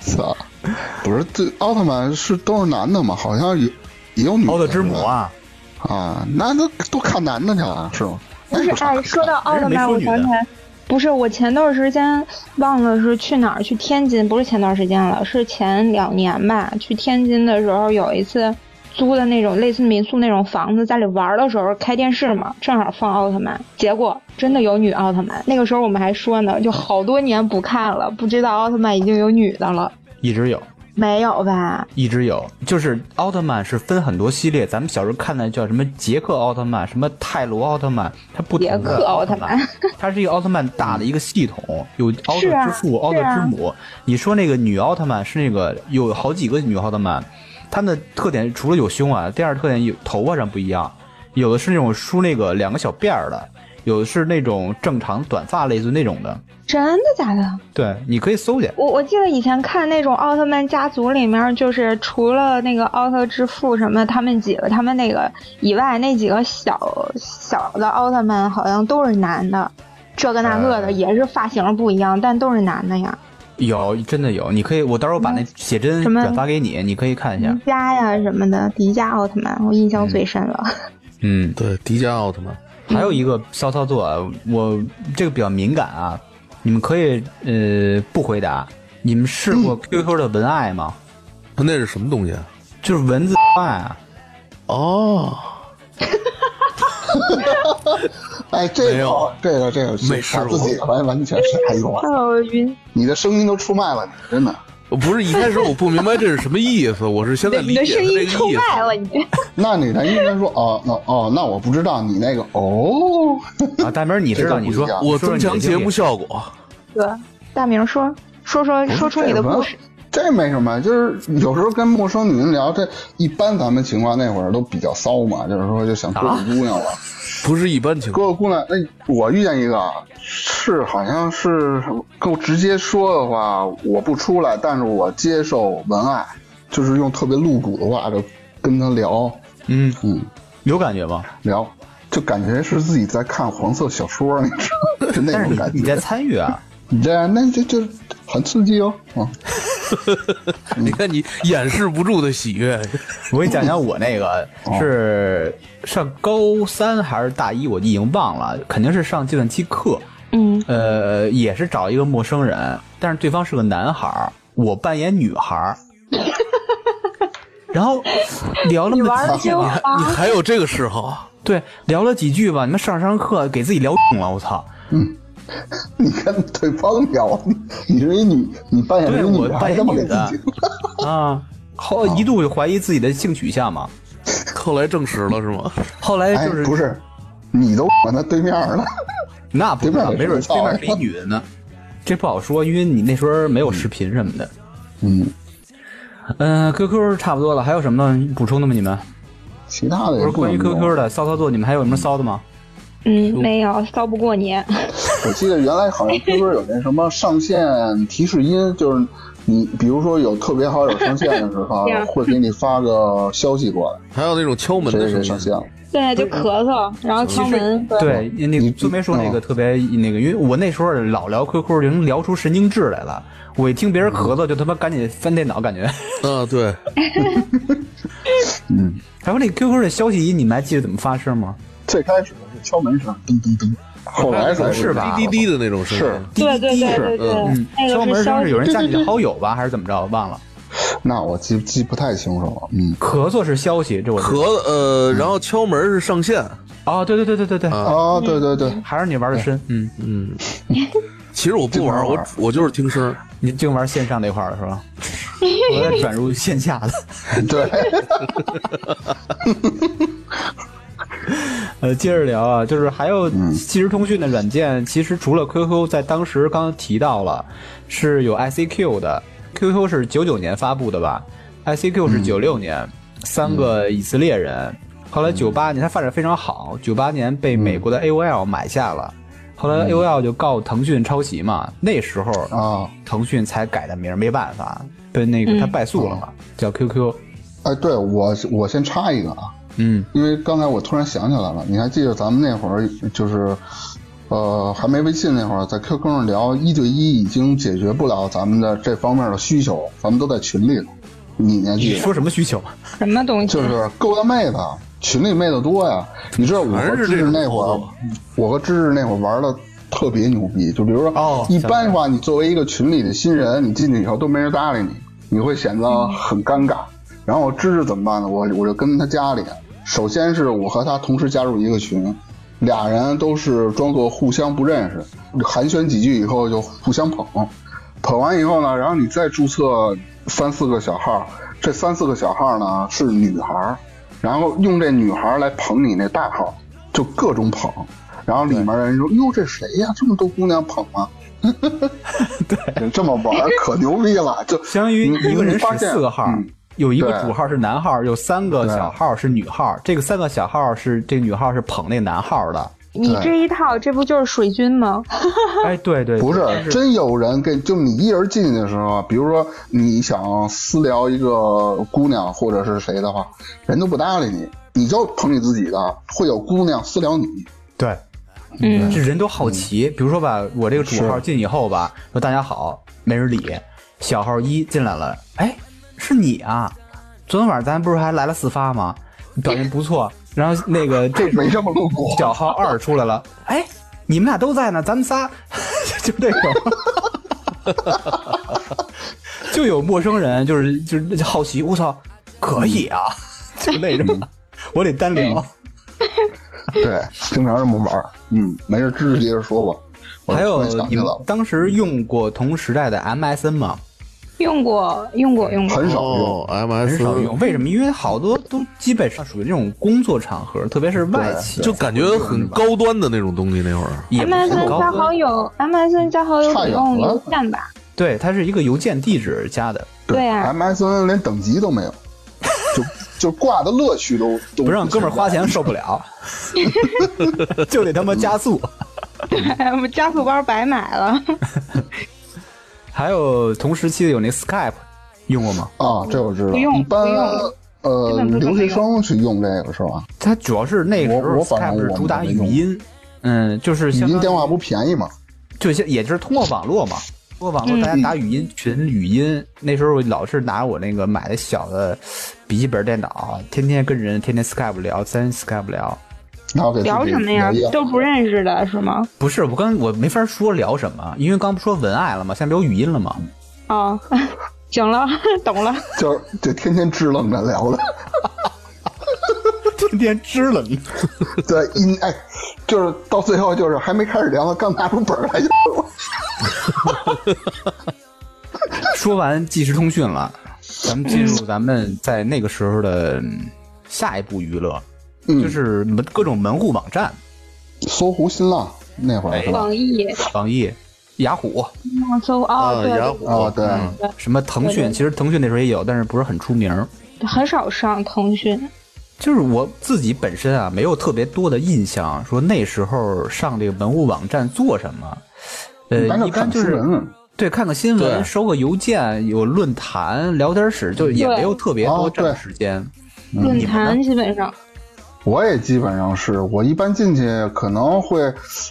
B: 操！ 不是，这奥特曼是都是男的吗？好像有也有女的。
A: 奥特之母啊，
B: 啊，那都都看男的去
E: 啊
B: 了，是吗？
C: 不是哎，说到奥特
A: 人家没说
C: 曼，我
A: 女的
C: 想起来，不是我前段时间忘了是去哪儿，去天津，不是前段时间了，是前两年吧。去天津的时候有一次租的那种类似民宿那种房子，在里玩儿的时候开电视嘛，正好放奥特曼，结果真的有女奥特曼。那个时候我们还说呢，就好多年不看了，不知道奥特曼已经有女的了，
A: 一直有。
C: 没有吧？
A: 一直有，就是奥特曼是分很多系列，咱们小时候看的叫什么杰克奥特曼，什么泰罗奥特曼，它不同
C: 杰克
A: 的
C: 奥
A: 特
C: 特曼，
A: 它是一个奥特曼大的一个系统，有奥特
C: 是啊
A: 之父、奥特
C: 是啊
A: 之母。你说那个女奥特曼是那个有好几个女奥特曼，她们的特点除了有胸啊，第二特点有头发上不一样，有的是那种梳那个两个小辫儿的，有的是那种正常短发，类似那种的。
C: 真的假的？
A: 对，你可以搜去。
C: 我我记得以前看那种奥特曼家族里面，就是除了那个奥特之父什么他们几个他们那个以外，那几个小小的奥特曼好像都是男的，这个那
E: 哎
C: 个的也是发型不一样，但都是男的呀。
A: 有，真的有，你可以，我到时候把那写真
C: 嗯什么
A: 转发给你，你可以看一
C: 迪
A: 下。
C: 迦呀什么的，迪迦奥特曼我印象最深了。
A: 嗯，
E: 对，迪迦奥特曼，
A: 还有一个骚操作，啊，我这个比较敏感啊，你们可以呃不回答。你们试过 QQ 的文爱吗？
E: 那是什么东西啊？
A: 就是文字爱啊，
E: 哦，
B: 哎，这
E: 没有
B: 个这个这个
E: 没试
B: 把
E: 过
B: 自己完完全是，哎呦，
C: 哦，晕，
B: 你的声音都出卖了你，真的。
E: 不是一开始我不明白这是什么意思，我是现在理
C: 你
E: 解
C: 的
E: 它这
C: 声
E: 个
C: 音
E: 意思
C: 出。卖了 你。
B: 那你的应该说哦，那哦，那我不知道你那个哦，
A: 啊，大明儿你知道，
B: 这个不一
A: 你说
B: 样
E: 我
A: 你说说
E: 增
A: 你的
E: 强节
A: 经历
E: 目效果，
C: 哥，大明说说说说出你的故事。
B: 这没什么，就是有时候跟陌生女人聊，这一般咱们情况那会儿都比较骚嘛，就是说就想
E: 啊
B: 勾引姑娘了，
E: 不是一般 情况。
B: 勾引姑娘。那我遇见一个是好像是够直接说的话，我不出来，但是我接受文爱，就是用特别露骨的话就跟她聊
A: 嗯
B: 嗯，
A: 有感觉吗？
B: 聊，就感觉是自己在看黄色小说，你知道吗，就那
A: 但是
B: 种
A: 你
B: 感觉。
A: 你在参与啊，
B: 你这样，那这就很刺激哦。嗯，
E: 你看你掩饰不住的喜悦，
A: 我给你讲讲我那个是上高三还是大一，我已经忘了，肯定是上计算机课。
C: 嗯，
A: 呃，也是找一个陌生人，但是对方是个男孩儿，我扮演女孩儿，然后聊那
C: 你
A: 么
C: 玩的
A: 几句
C: 真花。
E: 啊你还有这个啊嗜好？
A: 对，聊了几句吧，你们上上课给自己聊懂了，我操！
B: 你跟对方聊，你你是一女，你扮演
A: 对
B: 一个
A: 我
B: 女
A: 扮
B: 孩，
A: 演
B: 他妈
A: 女
B: 给自
A: 的
B: 己，
A: 啊，后一度就怀疑自己的性取向嘛，
E: 后来证实了是吗？
A: 后来
B: 哎
A: 就，
B: 不是，你都管他对面了，
A: 那不知道，
B: 对
A: 没
B: 面也
A: 准
B: 是
A: 对
B: 个
A: 面是一女的呢，这不好说，因为你那时候没有视频什么的。
B: 嗯，
A: 嗯、q q 差不多了，还有什么呢补充的吗？你们
B: 其他
A: 不
B: 的也
A: 是
B: 不
A: 关于
B: 能聊
A: QQ 的骚操作，你们还有什么骚的吗？
C: 嗯，没有，骚不过你。
B: 我记得原来好像 QQ 有那什么上线提示音，就是你比如说有特别好友上线的时候
C: 这样，
B: 会给你发个消息过来，
E: 还有那种敲门
B: 谁
E: 的
B: 谁
E: 声
B: 谁上
E: 音，
B: 线了。
C: 对，就咳嗽，然后敲门。对，嗯
A: 对，那个苏梅说那个特别那个，因为我那时候老聊 QQ，就能聊出神经质来了。我一听别人咳
C: 嗯
A: 嗽，就他妈赶紧翻电脑，感觉。
E: 啊，对，
A: 还有那 QQ 的消息音，你们还记得怎么发声吗？
B: 最开始是敲门声，噔噔噔，后来才
A: 是吧
E: 滴滴滴的那种声
B: 啊是
E: 音，，
C: 对对对对对
A: 嗯，，
C: 那
A: 敲
C: 个
A: 门
C: 是
A: 声
C: 消
A: 是
C: 息
A: 有人加你的好友吧，还是怎么着？忘了。
B: 那我记记不太清楚了，嗯。
A: 咳嗽是消息，这我知道
E: 咳呃，然后敲门是上线。
A: 哦，对对对对
C: 嗯
A: 对对，
E: 啊
B: 哦，对对对，
A: 还是你玩的深，嗯，
E: 嗯，其实我不
B: 这
E: 玩，
B: 不玩
E: 我我就是听声儿。
A: 你净玩线上那块儿了是 吧？我在转入线下的。
B: 对，
A: 呃，接着聊啊，就是还有即时通讯的软件，其实除了 QQ，在当时刚刚提到了是有 ICQ 的，QQ 是九九年发布的吧，ICQ 是九六年，三个以色列人，后来九八年它发展非常好，九八年被美国的 AOL 买下了，后来 AOL 就告腾讯抄袭嘛，那时候
B: 啊，
A: 腾讯才改的名儿，没办法，被那个它败诉了嘛，叫 QQ，
B: 哎，对我我先插一个啊，
A: 嗯
B: 因为刚才我突然想起来了，你还记得咱们那会儿就是，呃，还没微信那会儿，在 QQ 上聊一对一已经解决不了咱们的这方面的需求，咱们都在群里了。你还
A: 你
B: 记得？
A: 说什么需求？
C: 什么东西？
B: 就是勾搭妹子，啊群里妹子多呀。你知道我和
E: 全是
B: 芝
E: 这
B: 芝
E: 种
B: 那会
E: 操
B: 儿
E: 作，
B: 我和芝芝那会儿玩的特别牛逼。就比如说，
A: 哦
B: 一
A: 想
B: 般的话，你作为一个群里的新人，你进去以后都没人搭理你，你会显得很尴尬。然后芝芝怎么办呢？我我就跟他家里，首先是我和他同时加入一个群。俩人都是装作互相不认识，寒暄几句以后就互相捧，捧完以后呢，然后你再注册三四个小号，这三四个小号呢是女孩儿，然后用这女孩儿来捧你那大号，就各种捧。然后里面人说：“哟，这谁呀？这么多姑娘捧 啊！”对，这么玩儿可牛逼了，就
A: 相当于一个人使四个号
B: 你你发现嗯，
A: 有一个
B: 对
A: 主号是男号，有三个
B: 对
A: 小号是女号。这个三个小号是这个女号是捧那男号的，
C: 你
B: 对
C: 这一套，这不就是水军吗？
A: 哎，对对，
B: 不
A: 对
B: 是，真有人跟，就你一人进去的时候，比如说你想私聊一个姑娘或者是谁的话，人都不搭理你，你就捧你自己的，会有姑娘私聊你，
A: 对，
C: 嗯，
A: 这人都好奇。比如说吧，我这个主号进以后吧，说大家好，没人理。小号一进来了，哎，是你啊？昨天晚上咱不是还来了四发吗？你表现不错。然后那个这时候
B: 没这么 露骨。
A: 小号二出来了，哎，你们俩都在呢，咱们仨 就这种， 就有陌生人就是就是好奇，我操，可以啊， 就那种，
B: 嗯
A: 我得单聊。
B: 对，经常这么玩儿。嗯，没事，知识接着说吧。我
A: 还有
B: 突然想
A: 你
B: 起来
A: 们
B: 了，
A: 当时用过同时代的 MSN 吗？
C: 用过，用过，用过。
B: 很少用。
E: 哦
A: 很
E: ，MS
A: 少用，为什么？因为好多都基本上属于这种工作场合，特别是外企，
E: 就感觉很高端的那种东西。那会儿
A: 也不是
C: MSN
A: 很高
C: 加好
A: 端。
C: 友，MSN 加好友
B: 差
C: 得
B: 远
C: 用
B: 了
C: 邮件吧？
A: 对，它是一个邮件地址加的，
C: 对啊
B: MSN 连等级都没有，就 就挂的乐趣都都
A: 不让哥们儿花钱受不 了，就得他妈加速。
C: 哎，我们 加速包白 买了。
A: 还有同时期的有那 Skype，用过吗？
B: 啊，这我知道。
C: 不用
B: 一般
C: 不用
B: 呃
C: 本不，怎
B: 留
C: 么
B: 学生去用这个是吧？
A: 它主要是那个时
B: 我
A: 候
B: 我反
A: Skype
B: 正
A: 是
B: 我
A: 主打
B: 没
A: 语
B: 用
A: 音，嗯，就是
B: 语
A: 相
B: 音
A: 当于
B: 电话不便宜嘛？
A: 就像也就是通过网络嘛，通过网络
C: 嗯
A: 大家打语音、群语音。那时候老是拿我那个买的小的笔记本电脑，天天跟人天天 Skype 聊，天天 Skype 聊。
B: 然后给自己
C: 聊什么呀
B: 留言？
C: 都不认识的是吗？
A: 不是我刚我没法说聊什么，因为刚不说文案了吗？现在聊语音了吗？
C: 哦， 行了， 懂了。
B: 就是就天天支棱着聊 的。
A: 天天支棱，
B: 对，一哎，就是到最后就是还没开始聊呢，刚拿出本儿来就。
A: 说完即时通讯 了，咱们进入咱们在那个时候的嗯下一步娱乐，
B: 嗯，
A: 就是门各种门户网站，
B: 搜狐、新浪那会儿是吧？
C: 网易、
A: 网易、雅虎、
C: 网搜哦，对
E: 雅
C: 对
E: 虎
B: 哦，对，
A: 什么腾讯，其实腾讯那时候也有，但是不是很出名儿。
C: 对，很少上腾讯。
A: 就是我自己本身啊，没有特别多的印象，说那时候上这个文物网站做什么。呃，
B: 一般就
A: 一般
B: 嗯看
A: 就
B: 新
A: 是
B: 闻。
A: 对看个新闻，
E: 对
A: 收个邮件，有论坛、聊天室，就也
C: 对
A: 没有特别多
B: 哦对
A: 占时间。
B: 嗯
C: 论坛基本上，
B: 我也基本上是我一般进去可能会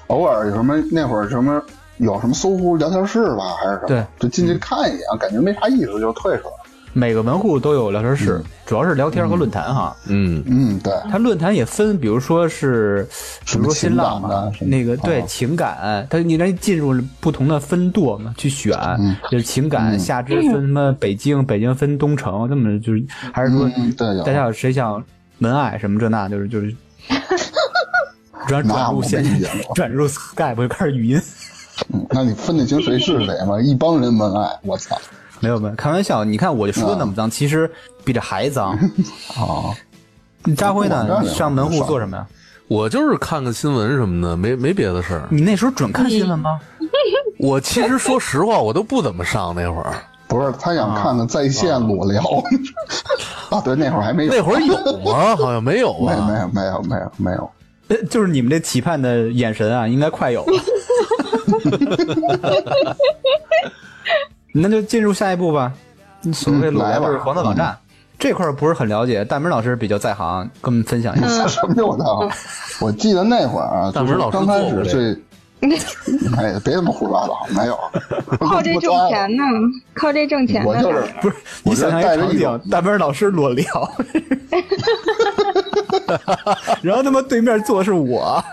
B: 偶尔有什么那会儿什么有什么搜狐聊天室吧，还是什么，
A: 对
B: 就进去看一眼，感觉没啥意思就退出来了。
A: 每个文户都有聊天室，主要是聊天和论坛哈。
E: 嗯，
B: 嗯，对，
A: 它论坛也分，比如说是，比
B: 什
A: 如
B: 么
A: 说新浪
B: 情感
A: 嘛
B: 啊，什么
A: 那个对
B: 啊
A: 情感，它你能进入不同的分舵嘛，去选，
B: 嗯
A: 就是情感下支分什么北京，北京分东城，这么就是还是说
B: 嗯对有
A: 大家有谁想门爱什么这那，就是 就是。转转
B: 那我
A: 入
B: 没
A: 现
B: 理解过
A: 转入 Skype 就开始语音，
B: 嗯那你分得清谁是谁吗？一帮人文爱，我操！
A: 没有没有，开玩笑。你看我就说那么
B: 嗯
A: 脏，其实比这还 脏。
B: 啊，
A: 扎辉呢？
B: 网
A: 你
B: 站
A: 上门户
B: 上
A: 做什么呀？
E: 我就是看看新闻什么的，没没别的事儿。
A: 你那时候准看新闻吗？
E: 我其实说实话，我都不怎么上那会儿，
B: 不是，他想看看在线裸聊。 啊，对，那会儿还没有，
E: 那会儿有吗？好像没有啊
B: 没有没
E: 吧？
B: 有没有没有没有，
A: 呃，就是你们这期盼的眼神啊，应该快有了。那就进入下一步吧。所谓裸聊
B: 嗯来吧嗯
A: 就是黄色网站、这块儿不是很了解，大明老师比较在行，跟我们分享一下。
B: 什么叫的？我记得那会儿啊，
E: 大
B: 就是
E: 门老师
B: 刚开始
E: 做过
B: 最。哎呀，别他妈胡说八道，没有，
C: 靠哦这挣
B: 我
C: 钱呢，靠这挣钱
B: 我
C: 呢。
B: 就是
A: 不是，你
B: 我这
A: 想象
B: 带着
A: 场
B: 一
A: 景
B: 种，
A: 大明老师裸 聊，然后他妈对面坐的是我，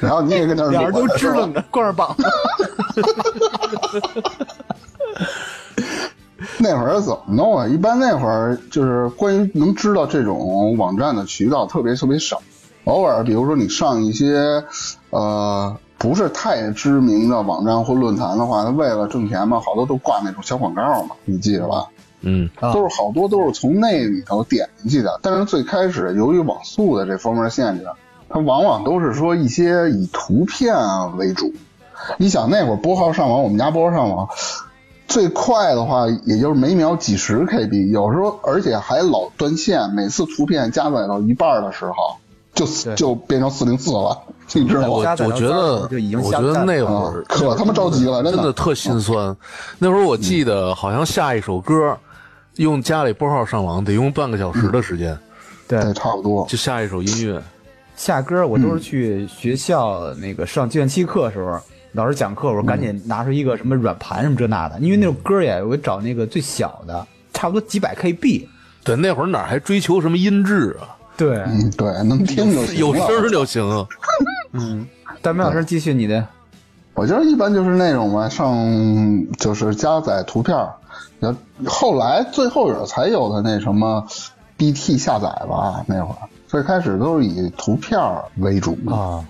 B: 然后你也跟那儿
A: 俩人都
B: 裸着
A: 支
B: 嗯是吧
A: 棱着，光着膀子。
B: 那会儿怎么弄啊？一般那会儿就是关于能知道这种网站的渠道特别特别少，偶尔比如说你上一些呃不是太知名的网站或论坛的话，他为了挣钱嘛，好多都挂那种小广告嘛，你记着吧？
E: 嗯，
B: 都是好多都是从那里头点进去的，但是最开始由于网速的这方面限制，它往往都是说一些以图片为主。你想那会儿拨号上网，我们家拨号上网最快的话也就是每秒几十 KB，有时候而且还老断线，每次图片加载到一半的时候，就就变成四零四了，你知道
A: 我
B: 吗？
A: 下载
E: 哎我
A: 到
E: 觉
A: 这儿
E: 得
A: 我就已经
E: 哎我
A: 下
E: 觉得
A: 载
E: 那
A: 了
E: 会
B: 啊
E: 儿，
B: 可他妈着急了，
E: 真
B: 的
E: 的特心酸。那会儿我记得好像下一首歌，用家里拨号上网得用半个小时的时间，
A: 对
B: 对，差不多。
E: 就下一首音乐。
A: 下歌我都是去学校那个上计算器课的时候，老师讲课，我赶紧拿出一个什么软盘什么这那的，因为那首歌也我找那个最小的，差不多几百 KB。
E: 对，那会儿哪还追求什么音质啊？
A: 对，
B: 嗯，对，能听就行了。
E: 有声儿就行啊。
A: 大明老师继续你的，
B: 我觉得一般就是那种吧，上就是加载图片儿，然后后来最后有才有的那什么 BT 下载吧，那会儿最开始都是以图片儿为主
A: 啊，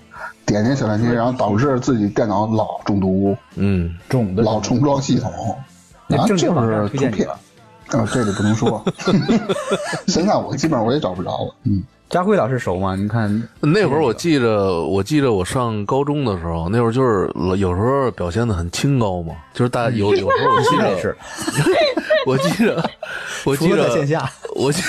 B: 点进小蓝天，然后导致自己电脑老中毒，
E: 嗯，
A: 种的
B: 老重装系统，
A: 那
B: 啊，就
A: 正经网
B: 是
A: 站推
B: 图
A: 荐你
B: 片
A: 吧。。
B: 啊，这里不能 说。现在我基本上我也找不着了。嗯，
A: 扎辉老师熟吗？你看，
E: 那会儿我记着，我记着我上高中的时候，那会儿就是有时候表现的很清高嘛，就是大有有时候我记
A: 这也
E: 着，
A: 是，
E: 我记着，我记
A: 除了
E: 着
A: 在线下，
E: 我记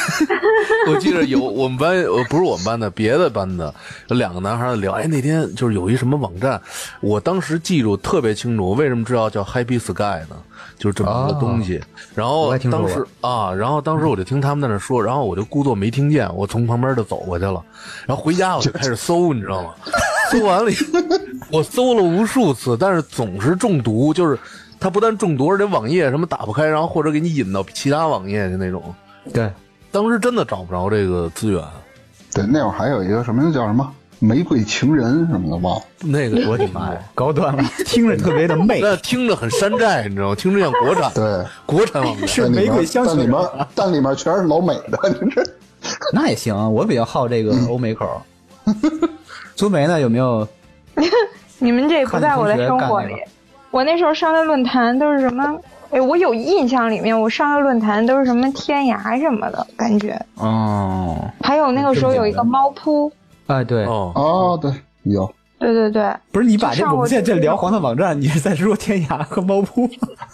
E: 我记着有我们班呃不是我们班的，别的班的有两个男孩儿聊，哎，那天就是有一什么网站，我当时记住特别清楚，为什么知道叫 Happy Sky 呢？就是这么一个东西。然
A: 哦我
E: 后
A: 还听说
E: 当
A: 过
E: 时啊，然后当时我就听他们在那说，然后我就故作没听见，我从旁边就走过去了，然后回家我就开始搜，你知道吗？搜完了以后，我搜了无数次，但是总是中毒，就是。它不但中毒，而且网页什么打不开，然后或者给你引到其他网页去那种。
A: 对，
E: 当时真的找不着这个资源，
B: 对，那会儿还有一个什么叫什么玫瑰情人什么的忘了。
E: 那个我挺
A: 妈呀，高端了，听着特别的 媚。
E: 那听着很山寨，你知道吗？听着像国产，
B: 对，
E: 国产网站。
A: 是
B: 但里
A: 玫
B: 面
A: 瑰香
B: 但里
A: 水，
B: 面 但里面全是老美的，你 这
A: 那也行。我比较好这个欧美口。 苏梅呢？有没有
C: 你们这不在我的生活
A: 看你同学
C: 里
A: 干那个。
C: 我那时候上的论坛都是什么？哎，我有印象里面我上的论坛都是什么天涯什么的感觉，
A: 哦，
C: 还有那个时候有一个猫扑，
A: 哎，对，
E: 哦，
B: 哦，对，有
C: 对对对，
A: 不是你把这
C: 上
A: 我们
C: 过
A: 现在
C: 这
A: 这
C: 个
A: 聊黄色网站，你是在说天涯和猫 扑？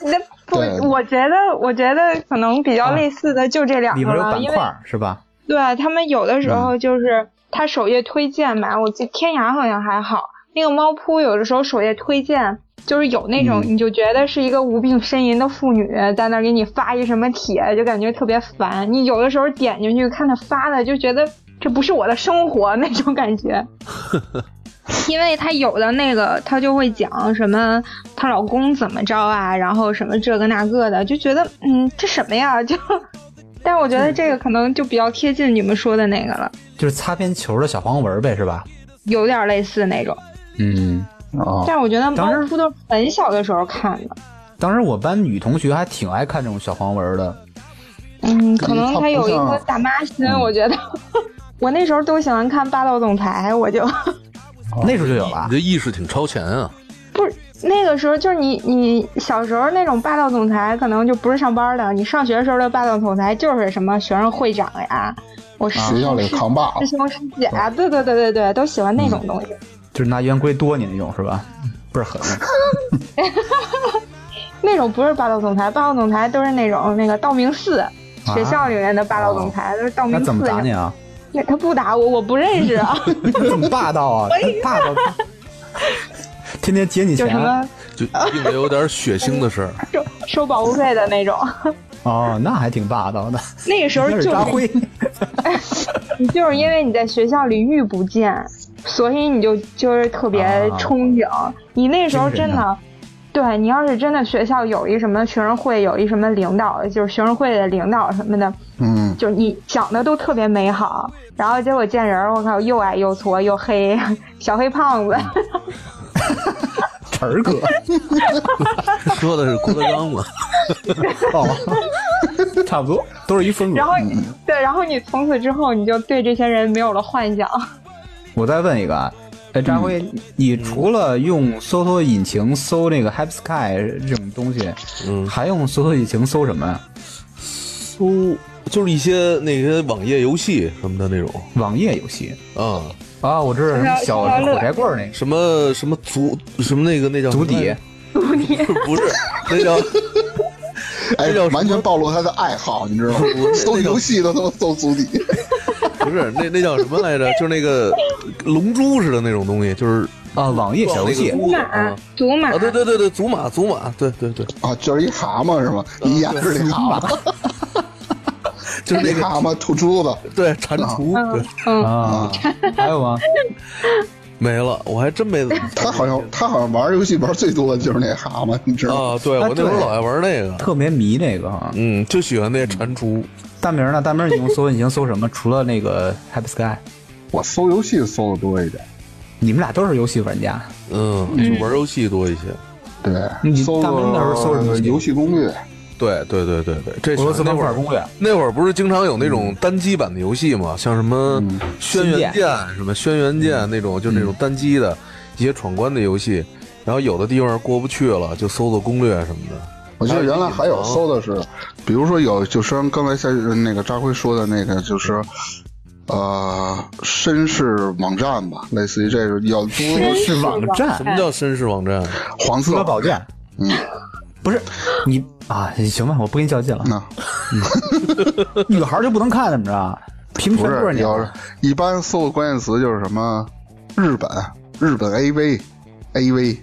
C: 那不
B: 对，
C: 我觉得我觉得可能比较类似的就这两
A: 啊里
C: 个
A: 面有
C: 了，
A: 板
C: 啊因
A: 块
C: 为
A: 儿是吧？
C: 对他们有的时候就是他首页推荐吧，我记得天涯好像还好，那个猫扑有的时候首页推荐就是有那种你就觉得是一个无病呻吟的妇女在那儿给你发一什么帖，就感觉特别烦。你有的时候点进去看他发的，就觉得这不是我的生活那种感觉。因为她有的那个，她就会讲什么她老公怎么着啊，然后什么这个那个的，就觉得嗯，这什么呀？就，但我觉得这个可能就比较贴近你们说的那个了，
A: 就是擦边球的小黄文呗，是吧？
C: 有点类似那种。
A: 嗯，
B: 啊，
C: 但我觉得猫
A: 当时
C: 扑都是很小的时候看的，
A: 当时我班女同学还挺爱看这种小黄文的。
C: 嗯，可能她有一
B: 它不
C: 颗
B: 像
C: 大妈心，我觉得。 我那时候都喜欢看霸道总裁，我就。
A: 那时候就有了
E: 你这意识挺超前啊！
C: 不是那个时候，就是你你小时候那种霸道总裁，可能就不是上班的。你上学时候的霸道总裁就是什么学生会长呀，我师
B: 学校里扛把
C: 师
B: 子，
C: 兄师姐啊，对对对对对，都喜欢那种东西。
A: 就是拿圆规多你那种是吧？倍儿狠。
C: 那种不是霸道总裁，霸道总裁都是那种那个道明寺、学校里面的霸道总裁，都是道
A: 啊哦那
C: 明寺
A: 怎么打
C: 那
A: 你
C: 种。
A: 啊？
C: 那他不打我，我不认识 啊，
A: 怎么霸道啊？霸道！天天劫你
C: 就
A: 钱
C: 什么
E: 就并没有点血腥的事儿。
C: 收收保护费的那种。
A: 哦，那还挺霸道的。
C: 那个时候
A: 你这
C: 就
A: 是扎辉，
C: 你就是因为你在学校里遇不见，所以你就就是特别憧憬。你那时候真
A: 啊精神
C: 的，对你要是真的学校有一什么学生会，有一什么领导，就是学生会的领导什么的，
B: 嗯，
C: 就是你想的都特别美好，然后结果见人儿，我靠，又矮又矬又黑，小黑胖子，
A: 晨儿 哥，
E: 说的是郭德纲嘛？
A: 哦， 差不多都是一 风格
C: 然。后你对，然后你从此之后你就对这些人没有了幻想。
A: 我再问一个啊，哎，张辉，你除了用搜索引擎搜那个 Happy Sky 这种东西，
E: 嗯
A: 还用搜索引擎搜什么呀？
E: 搜就是一些那些网页游戏什么的那种
A: 网页游戏
E: 啊，
A: 啊，我知道什么嗯
C: 消
A: 小
C: 消乐
A: 火柴棍儿那个
E: 什么什么足什么那个那叫什
A: 足
E: 么
A: 底
E: 来着， 不是那叫
B: 哎
E: 这叫什，么
B: 完全暴露他的爱好，你知道吗？搜游戏都他妈搜足底，
E: 不是那那叫什么来着？就是那个龙珠似的那种东西，就是
A: 啊，网页小游戏
C: 祖
E: 那个珠子
C: 玛
E: 啊，
C: 祖玛
E: 啊，，对对对对，祖玛祖玛，对对对，
B: 啊，就是一蛤蟆是吗？
A: 嗯
B: 你演是那蛤蟆，
E: 就是
B: 那
E: 那个
B: 蛤蟆吐珠子。
E: 对蟾蜍，对
C: 嗯嗯，
A: 啊，还有吗？
E: 没了，我还 真没怎么
B: 他好像他好像玩游戏玩最多的就是那蛤蟆，你知道吗？
E: 啊，对
A: 啊
E: 我那
A: 对
E: 会儿老爱玩那个，
A: 特别迷那个哈。
E: 嗯，就喜欢那蟾蜍，
A: 大明儿呢？大明儿你用搜引擎搜什么？除了那个 Happy Sky，
B: 我搜游戏搜的多一点，
A: 你们俩都是游戏玩家，
E: 嗯，就玩游戏多一些。
A: 你
B: 对，搜
A: 大明那时候搜什么游
B: 个
A: 戏
B: 游戏攻略，
E: 对对对对对，这
A: 俄罗斯
E: 那
A: 方
E: 会
A: 块
E: 儿
A: 攻略，
E: 那会儿不是经常有那种单机版的游戏嘛，像什么
B: 嗯
E: 轩辕剑、什么轩辕剑那种，就那种单机的一些闯关的游戏。然后有的地方过不去了，就搜搜攻略什么的。
B: 我记得原来还有哦搜的是，比如说有就是刚才像那个扎辉说的那个就是。呃，绅士网站吧，类似于这个要多
A: 是网站
E: 什么叫绅士网站？
B: 黄
A: 除
B: 色
A: 了，宝剑，
B: 嗯，
A: 不是你啊，行吧，我不跟你较劲了。
B: 那
A: 女孩儿就不能看怎么着？屏幕
B: 不
A: 全对
B: 是
A: 着你啊
B: 有
A: 了，
B: 一般搜的关键词就是什么日本、日本 AV、AV，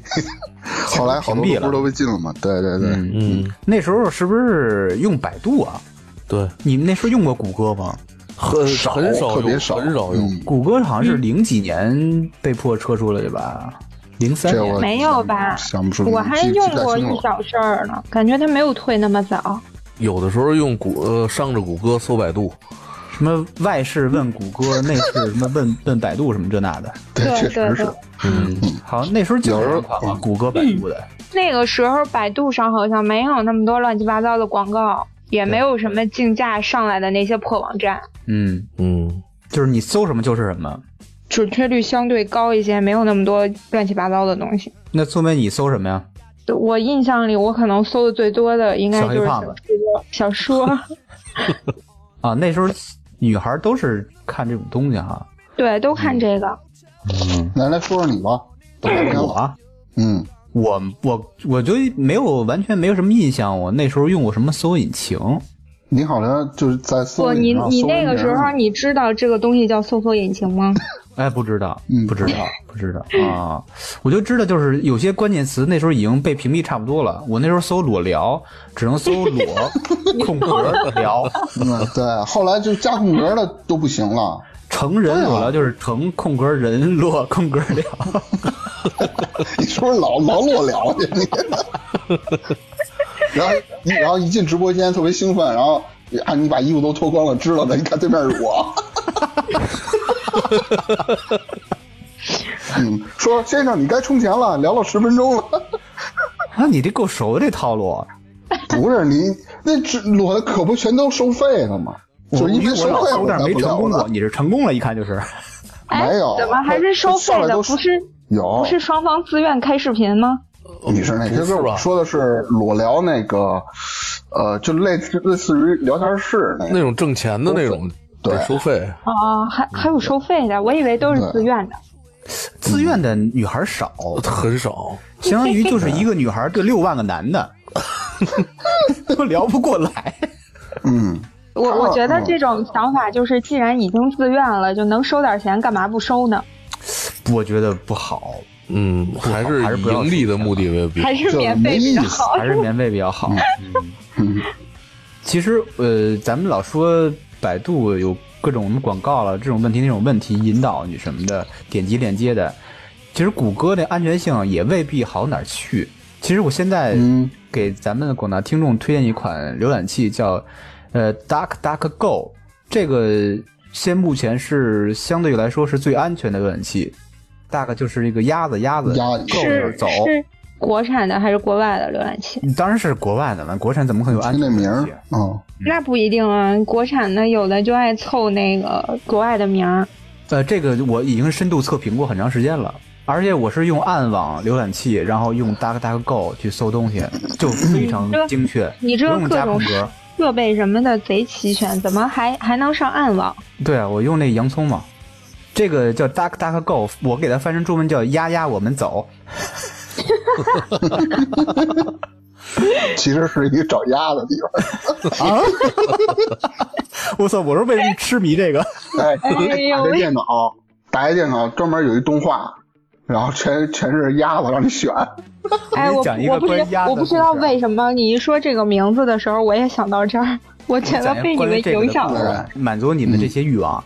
B: 后来好多
A: 屏蔽
B: 都
A: 了
B: 不是都被禁了吗？对对对，
E: 嗯，
A: 那时候是不是用百度啊？
E: 对，
A: 你们那时候用过谷歌吗？
E: 很
B: 少
E: 很少
B: 特别
E: 用
B: 少
E: 很少用。
B: 嗯
A: 谷歌好像是零几年被迫撤出了，对吧？零三
B: 这
A: 年
B: 我
C: 没有吧
B: 想不出，
C: 我还
B: 记
C: 用
B: 记不太
C: 过
B: 清
C: 一
B: 了
C: 小阵儿呢，感觉它没有退那么早。
E: 有的时候用谷呃上着谷歌搜百度，
A: 什么外事问谷歌，内事什么问 问百度什么这那的，
B: 对，
C: 对
B: 确实
C: 对
B: 是
C: 对。
A: 嗯好像那时候就
B: 有时候
A: 两款嘛，谷歌、百度的。
C: 那个时候百度上好像没有那么多乱七八糟的广告，也没有什么竞价上来的那些破网站，
A: 嗯，
E: 嗯，
A: 就是你搜什么就是什么。
C: 准确率相对高一些，没有那么多乱七八糟的东西。
A: 那说明你搜什么呀？
C: 我印象里，我可能搜的最多的应该就是
A: 小
C: 小
A: 黑
C: 说
A: 胖、
C: 小 说，
A: 啊，那时候女孩都是看这种东西哈。
C: 对，都
B: 嗯
C: 看这个。
B: 来来说说你吧，都聊聊
A: 我啊，
B: 嗯，
A: 我我我就没有完全没有什么印象，我那时候用过什么搜引擎？
B: 你好像就是在搜
C: 不，你
B: 上
C: 你
B: 搜啊
C: 那个
B: 人
C: 时候
B: 名
C: 你知道这个东西叫搜索引擎 吗？
A: 哎，不知道，
B: 嗯
A: 不知 道，不知道啊！我就知道，就是有些关键词那时候已经被屏蔽差不多了。我那时候搜裸聊，只能搜 裸空格聊，
B: 嗯，对，后来就加空格的都不行了，
A: 成人裸聊就是成空格人裸空格 聊。
B: 你是不是老老裸聊去？你 然后一然后一进直播间特别兴奋，然后啊你把衣服都脱光了，知道的，你看对面是我。 嗯，说先生，你该充钱了，聊了十分钟了。
A: 啊，你这够熟这套路，
B: 不是你那直裸的可不全都收费了吗？就
A: 我
B: 是因为
A: 我
B: 收
A: 老
B: 费
A: 搜但
B: 才
A: 是没
B: 不
A: 成
B: 聊
A: 功
B: 呢
A: 过，。你是成功了，一看就是。
C: 哎
B: 没有，
C: 怎么还是收费
B: 上来
C: 的？
B: 都哦
C: 不是
B: 有
C: 不是双方自愿开视频吗？
B: 你是那
E: 不
B: 个，
E: 是吧
B: 我说的是裸聊那个，呃，就类似类似于聊天室那
E: 那
B: 个，
E: 种挣钱的那种
B: 对
E: 得收费，
C: 啊，还
B: 嗯
C: 还有收费的，我以为都是自愿的。
A: 自愿的女孩少，
B: 嗯
E: 很少。
A: 相当于就是一个女孩对六万个男的， 都聊不过来。
B: 嗯，
C: 我
B: 嗯
C: 我觉得这种想法就是，既然已经自愿了，就能收点钱，干嘛不收呢？
A: 我觉得不好，
E: 嗯，还是
A: 还是
E: 以
A: 不要
E: 盈利的目的为比
C: 还是
B: 这
C: 免费
B: 没
C: 比较
B: 意思
C: 好。
A: 还 是免费比较好。
B: 嗯
A: 其实呃，咱们老说百度有各种什么广告了这种问题那种问题引导你什么的，点击链接的。其实谷歌的安全性也未必好哪儿去。其实我现在
B: 嗯
A: 给咱们的广大听众推荐一款浏览器，叫呃 DuckDuckGo，这个现目前是相对来说是最安全的浏览器。大概就是那个鸭子，鸭子
B: 鸭
A: 够
B: 子
A: 就是走，
C: 是国产的还是国外的浏览器？
A: 当然是国外的了，国产怎么可能有安
B: 听
A: 全
B: 那
A: 问题
B: 名
A: 啊？
B: 儿，嗯，
C: 那不一定啊，国产的有的就爱凑那个国外的名儿。
A: 呃，这个我已经深度测评过很长时间了，而且我是用暗网浏览器，然后用 DuckDuckGo 去搜东 西，就非常精确，
C: 你
A: 不
C: 这
A: 用
C: 各
A: 加空
C: 种
A: 格。
C: 设备什么的贼齐全，怎么还还能上暗网？
A: 对啊，我用那洋葱嘛，这个叫 DuckDuckGo，我给它翻成中文叫“丫丫我们走
B: 其实是一个找鸭的地方，”
A: 啊，我操！我说为什么痴迷这个？
B: 哎，打
C: 哎呦
B: 开
C: 喂
B: 电脑，打开电脑，专门有一动画，然后全全是鸭子让你选。
C: 哎，我
A: 讲一个
C: 我不
A: 关于
C: 知
A: 鸭子
C: 道我
A: 的故
C: 不
A: 事
C: 知
A: 啊
C: 道为什么你一说这个名字的时候，我也想到这儿，我觉得被你们影响了。
A: 了，满足你们这些欲望。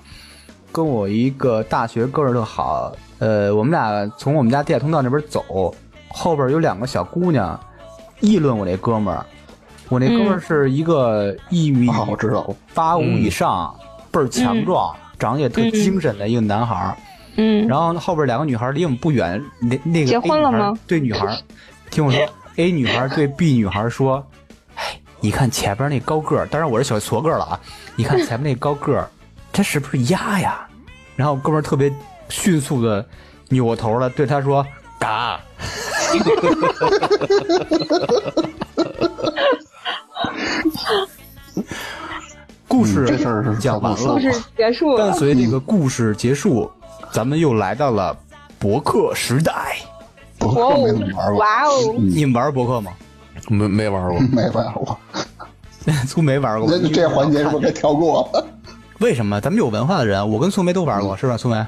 A: 跟我一个大学哥们儿特好，呃，我们俩从我们家地下通道那边走，后边有两个小姑娘议论我那哥们儿。我那
C: 嗯
A: 哥们儿是一个一米
B: 啊我知道嗯
A: 八五以上，倍儿强壮，长得也特精神的一个男孩儿。
C: 嗯，
A: 然后后边两个女孩离我们不远，那那个
C: 结婚
A: A
C: 了
A: 女孩
C: 吗
A: 对女孩，听我说，A 女孩对 B 女孩说：“哎，你看前边那高个儿，当然我是小矬个儿了啊，你看前面那高个儿，他是不是鸭呀？”然后哥们儿特别迅速的扭过头了，对他说：“ 嘎。”故事
B: 嗯这事儿是
A: 讲完
B: 不
A: 了
B: 说
C: 故，事结束
A: 伴
C: 了。
A: 随这个故事结束，咱们又来到了博客时代。
B: 不
C: 哇
B: 过没
C: 哦
B: 怎么玩过，嗯
C: 哇哦！
A: 你们玩博客吗？
E: 没没 玩过，
B: 没玩过。
A: 苏梅玩过吗
B: 那。这环节是不是该跳过了？
A: 为什么？咱们有文化的人，我跟苏梅都玩
B: 嗯
A: 过，是吧？苏 梅，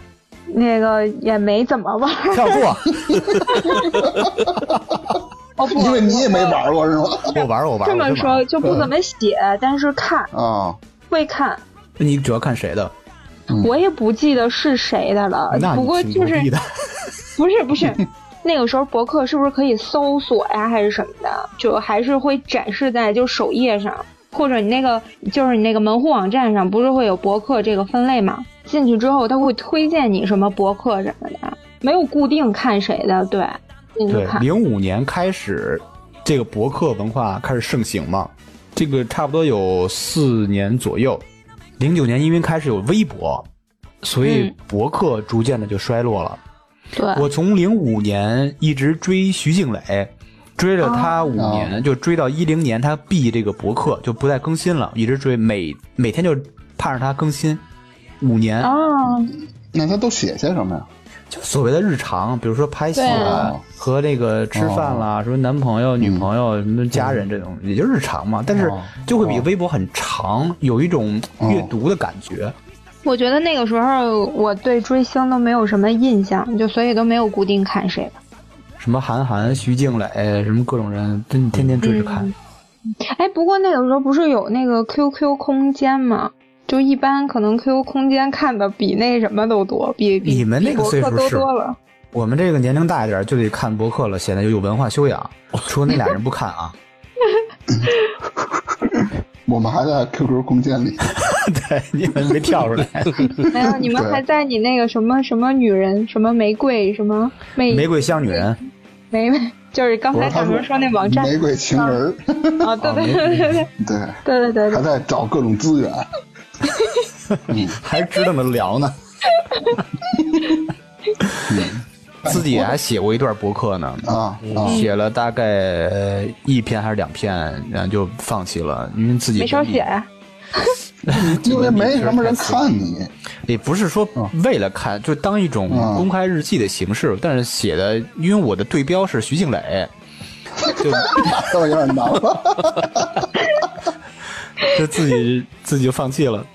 C: 那个也没怎么玩儿，
A: 跳过，
C: 哦不，
B: 因为你也没玩过是吗？
A: 我玩我玩。
C: 这
A: 我真
C: 么
A: 玩
C: 说就不怎么写，但是看
B: 啊，
C: 会看，
A: 你主要看谁的？
B: 嗯
C: 我也不记得是谁的了
A: 那。
C: 呃不过
A: 你挺
C: 就
A: 牛
C: 是
A: 逼 的。
C: 不是 不是，那个时候博客是不是可以搜索呀，还是什么的？就还是会展示在就首页上，或者你那个就是你那个门户网站上，不是会有博客这个分类吗？进去之后，它会推荐你什么博客什么的，没有固定看谁的，对，进去
A: 对，
C: 看。
A: 零五年开始，这个博客文化开始盛行嘛，这个差不多有四年左右。零九年因为开始有微博，所以
C: 嗯
A: 博客逐渐的就衰落了。
C: 对，
A: 我从零五年一直追徐静蕾，追了她五年，就追到一零年她闭这个博客，就不再更新了，一直追，每每天就盼着她更新。五年，
C: 啊，
B: 那他都写些什么呀？
A: 就所谓的日常，比如说拍戏
C: 对
A: 啊
B: 啊，
A: 和那个吃饭
B: 哦
A: 啦，什么男朋友、女朋友、什么家人这种，也就日常嘛。但是
B: 嗯哦
A: 就会比微博很长，有一种
B: 哦
A: 阅读的感觉。
C: 我觉得那个时候我对追星都没有什么印象，就所以都没有固定看谁的。
A: 什么韩寒、徐静蕾，什么各种人，真天天追着看。
C: 哎，不过那个时候不是有那个 QQ 空间吗？就一般可能 QQ 空间看的比那什么都多，比比
A: 你们那个
C: 比博
A: 岁数
C: 客都
A: 是
C: 多了。
A: 我们这个年龄大一点就得看博客了，显得有文化修养。除了那俩人不看啊，
B: 我们还在 QQ 空间里，
A: 对，你们没跳出来。
C: 没有，你们
B: 对
C: 还在你那个什么什么女人，什么玫瑰，什么 玫
A: 玫瑰香女人，
C: 玫瑰，就是刚
B: 不
C: 才
B: 是
C: 大
B: 他
C: 明说那网站
B: 玫瑰情人儿，
C: 啊，对对对对对
B: 对，
C: 对对对
B: 还
C: 对，
B: 在找各种资源。
A: 还知道么聊 呢。自己还写过一段博客呢，
B: 啊
C: 嗯
B: 啊！
A: 写了大概呃一篇还是两篇，然后就放弃了，因为自己
C: 没少
A: 文笔
C: 写。呀。
B: 因为没什么人看你，
A: 也不是说为了看，就当一种
B: 嗯
A: 公开日记的形式，但是写的，因为我的对标是徐静蕾，就
B: 这有点难了。
A: 就自己 自己就放弃了。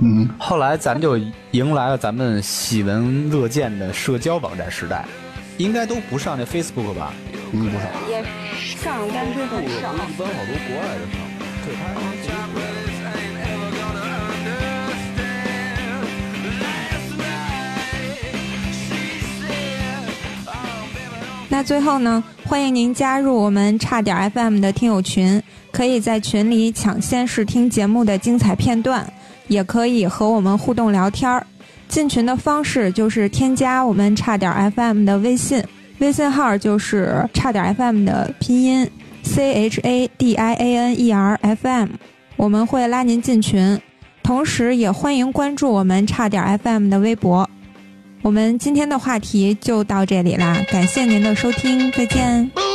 B: 嗯，
A: 后来咱就迎来了咱们喜闻乐见的社交网站时代，应该都不上这 Facebook 吧？
B: 嗯，不少。
C: 也上，但是很少。
E: 般好多国外的上。
H: 那最后呢，欢迎您加入我们差点 FM 的听友群，可以在群里抢先试听节目的精彩片段，也可以和我们互动聊天儿。进群的方式就是添加我们差点 FM 的微信，微信号就是差点 FM 的拼音 C H A D I A N E R F M，我们会拉您进群，同时也欢迎关注我们差点 FM 的微博。我们今天的话题就到这里啦，感谢您的收听，再见。
D: Boo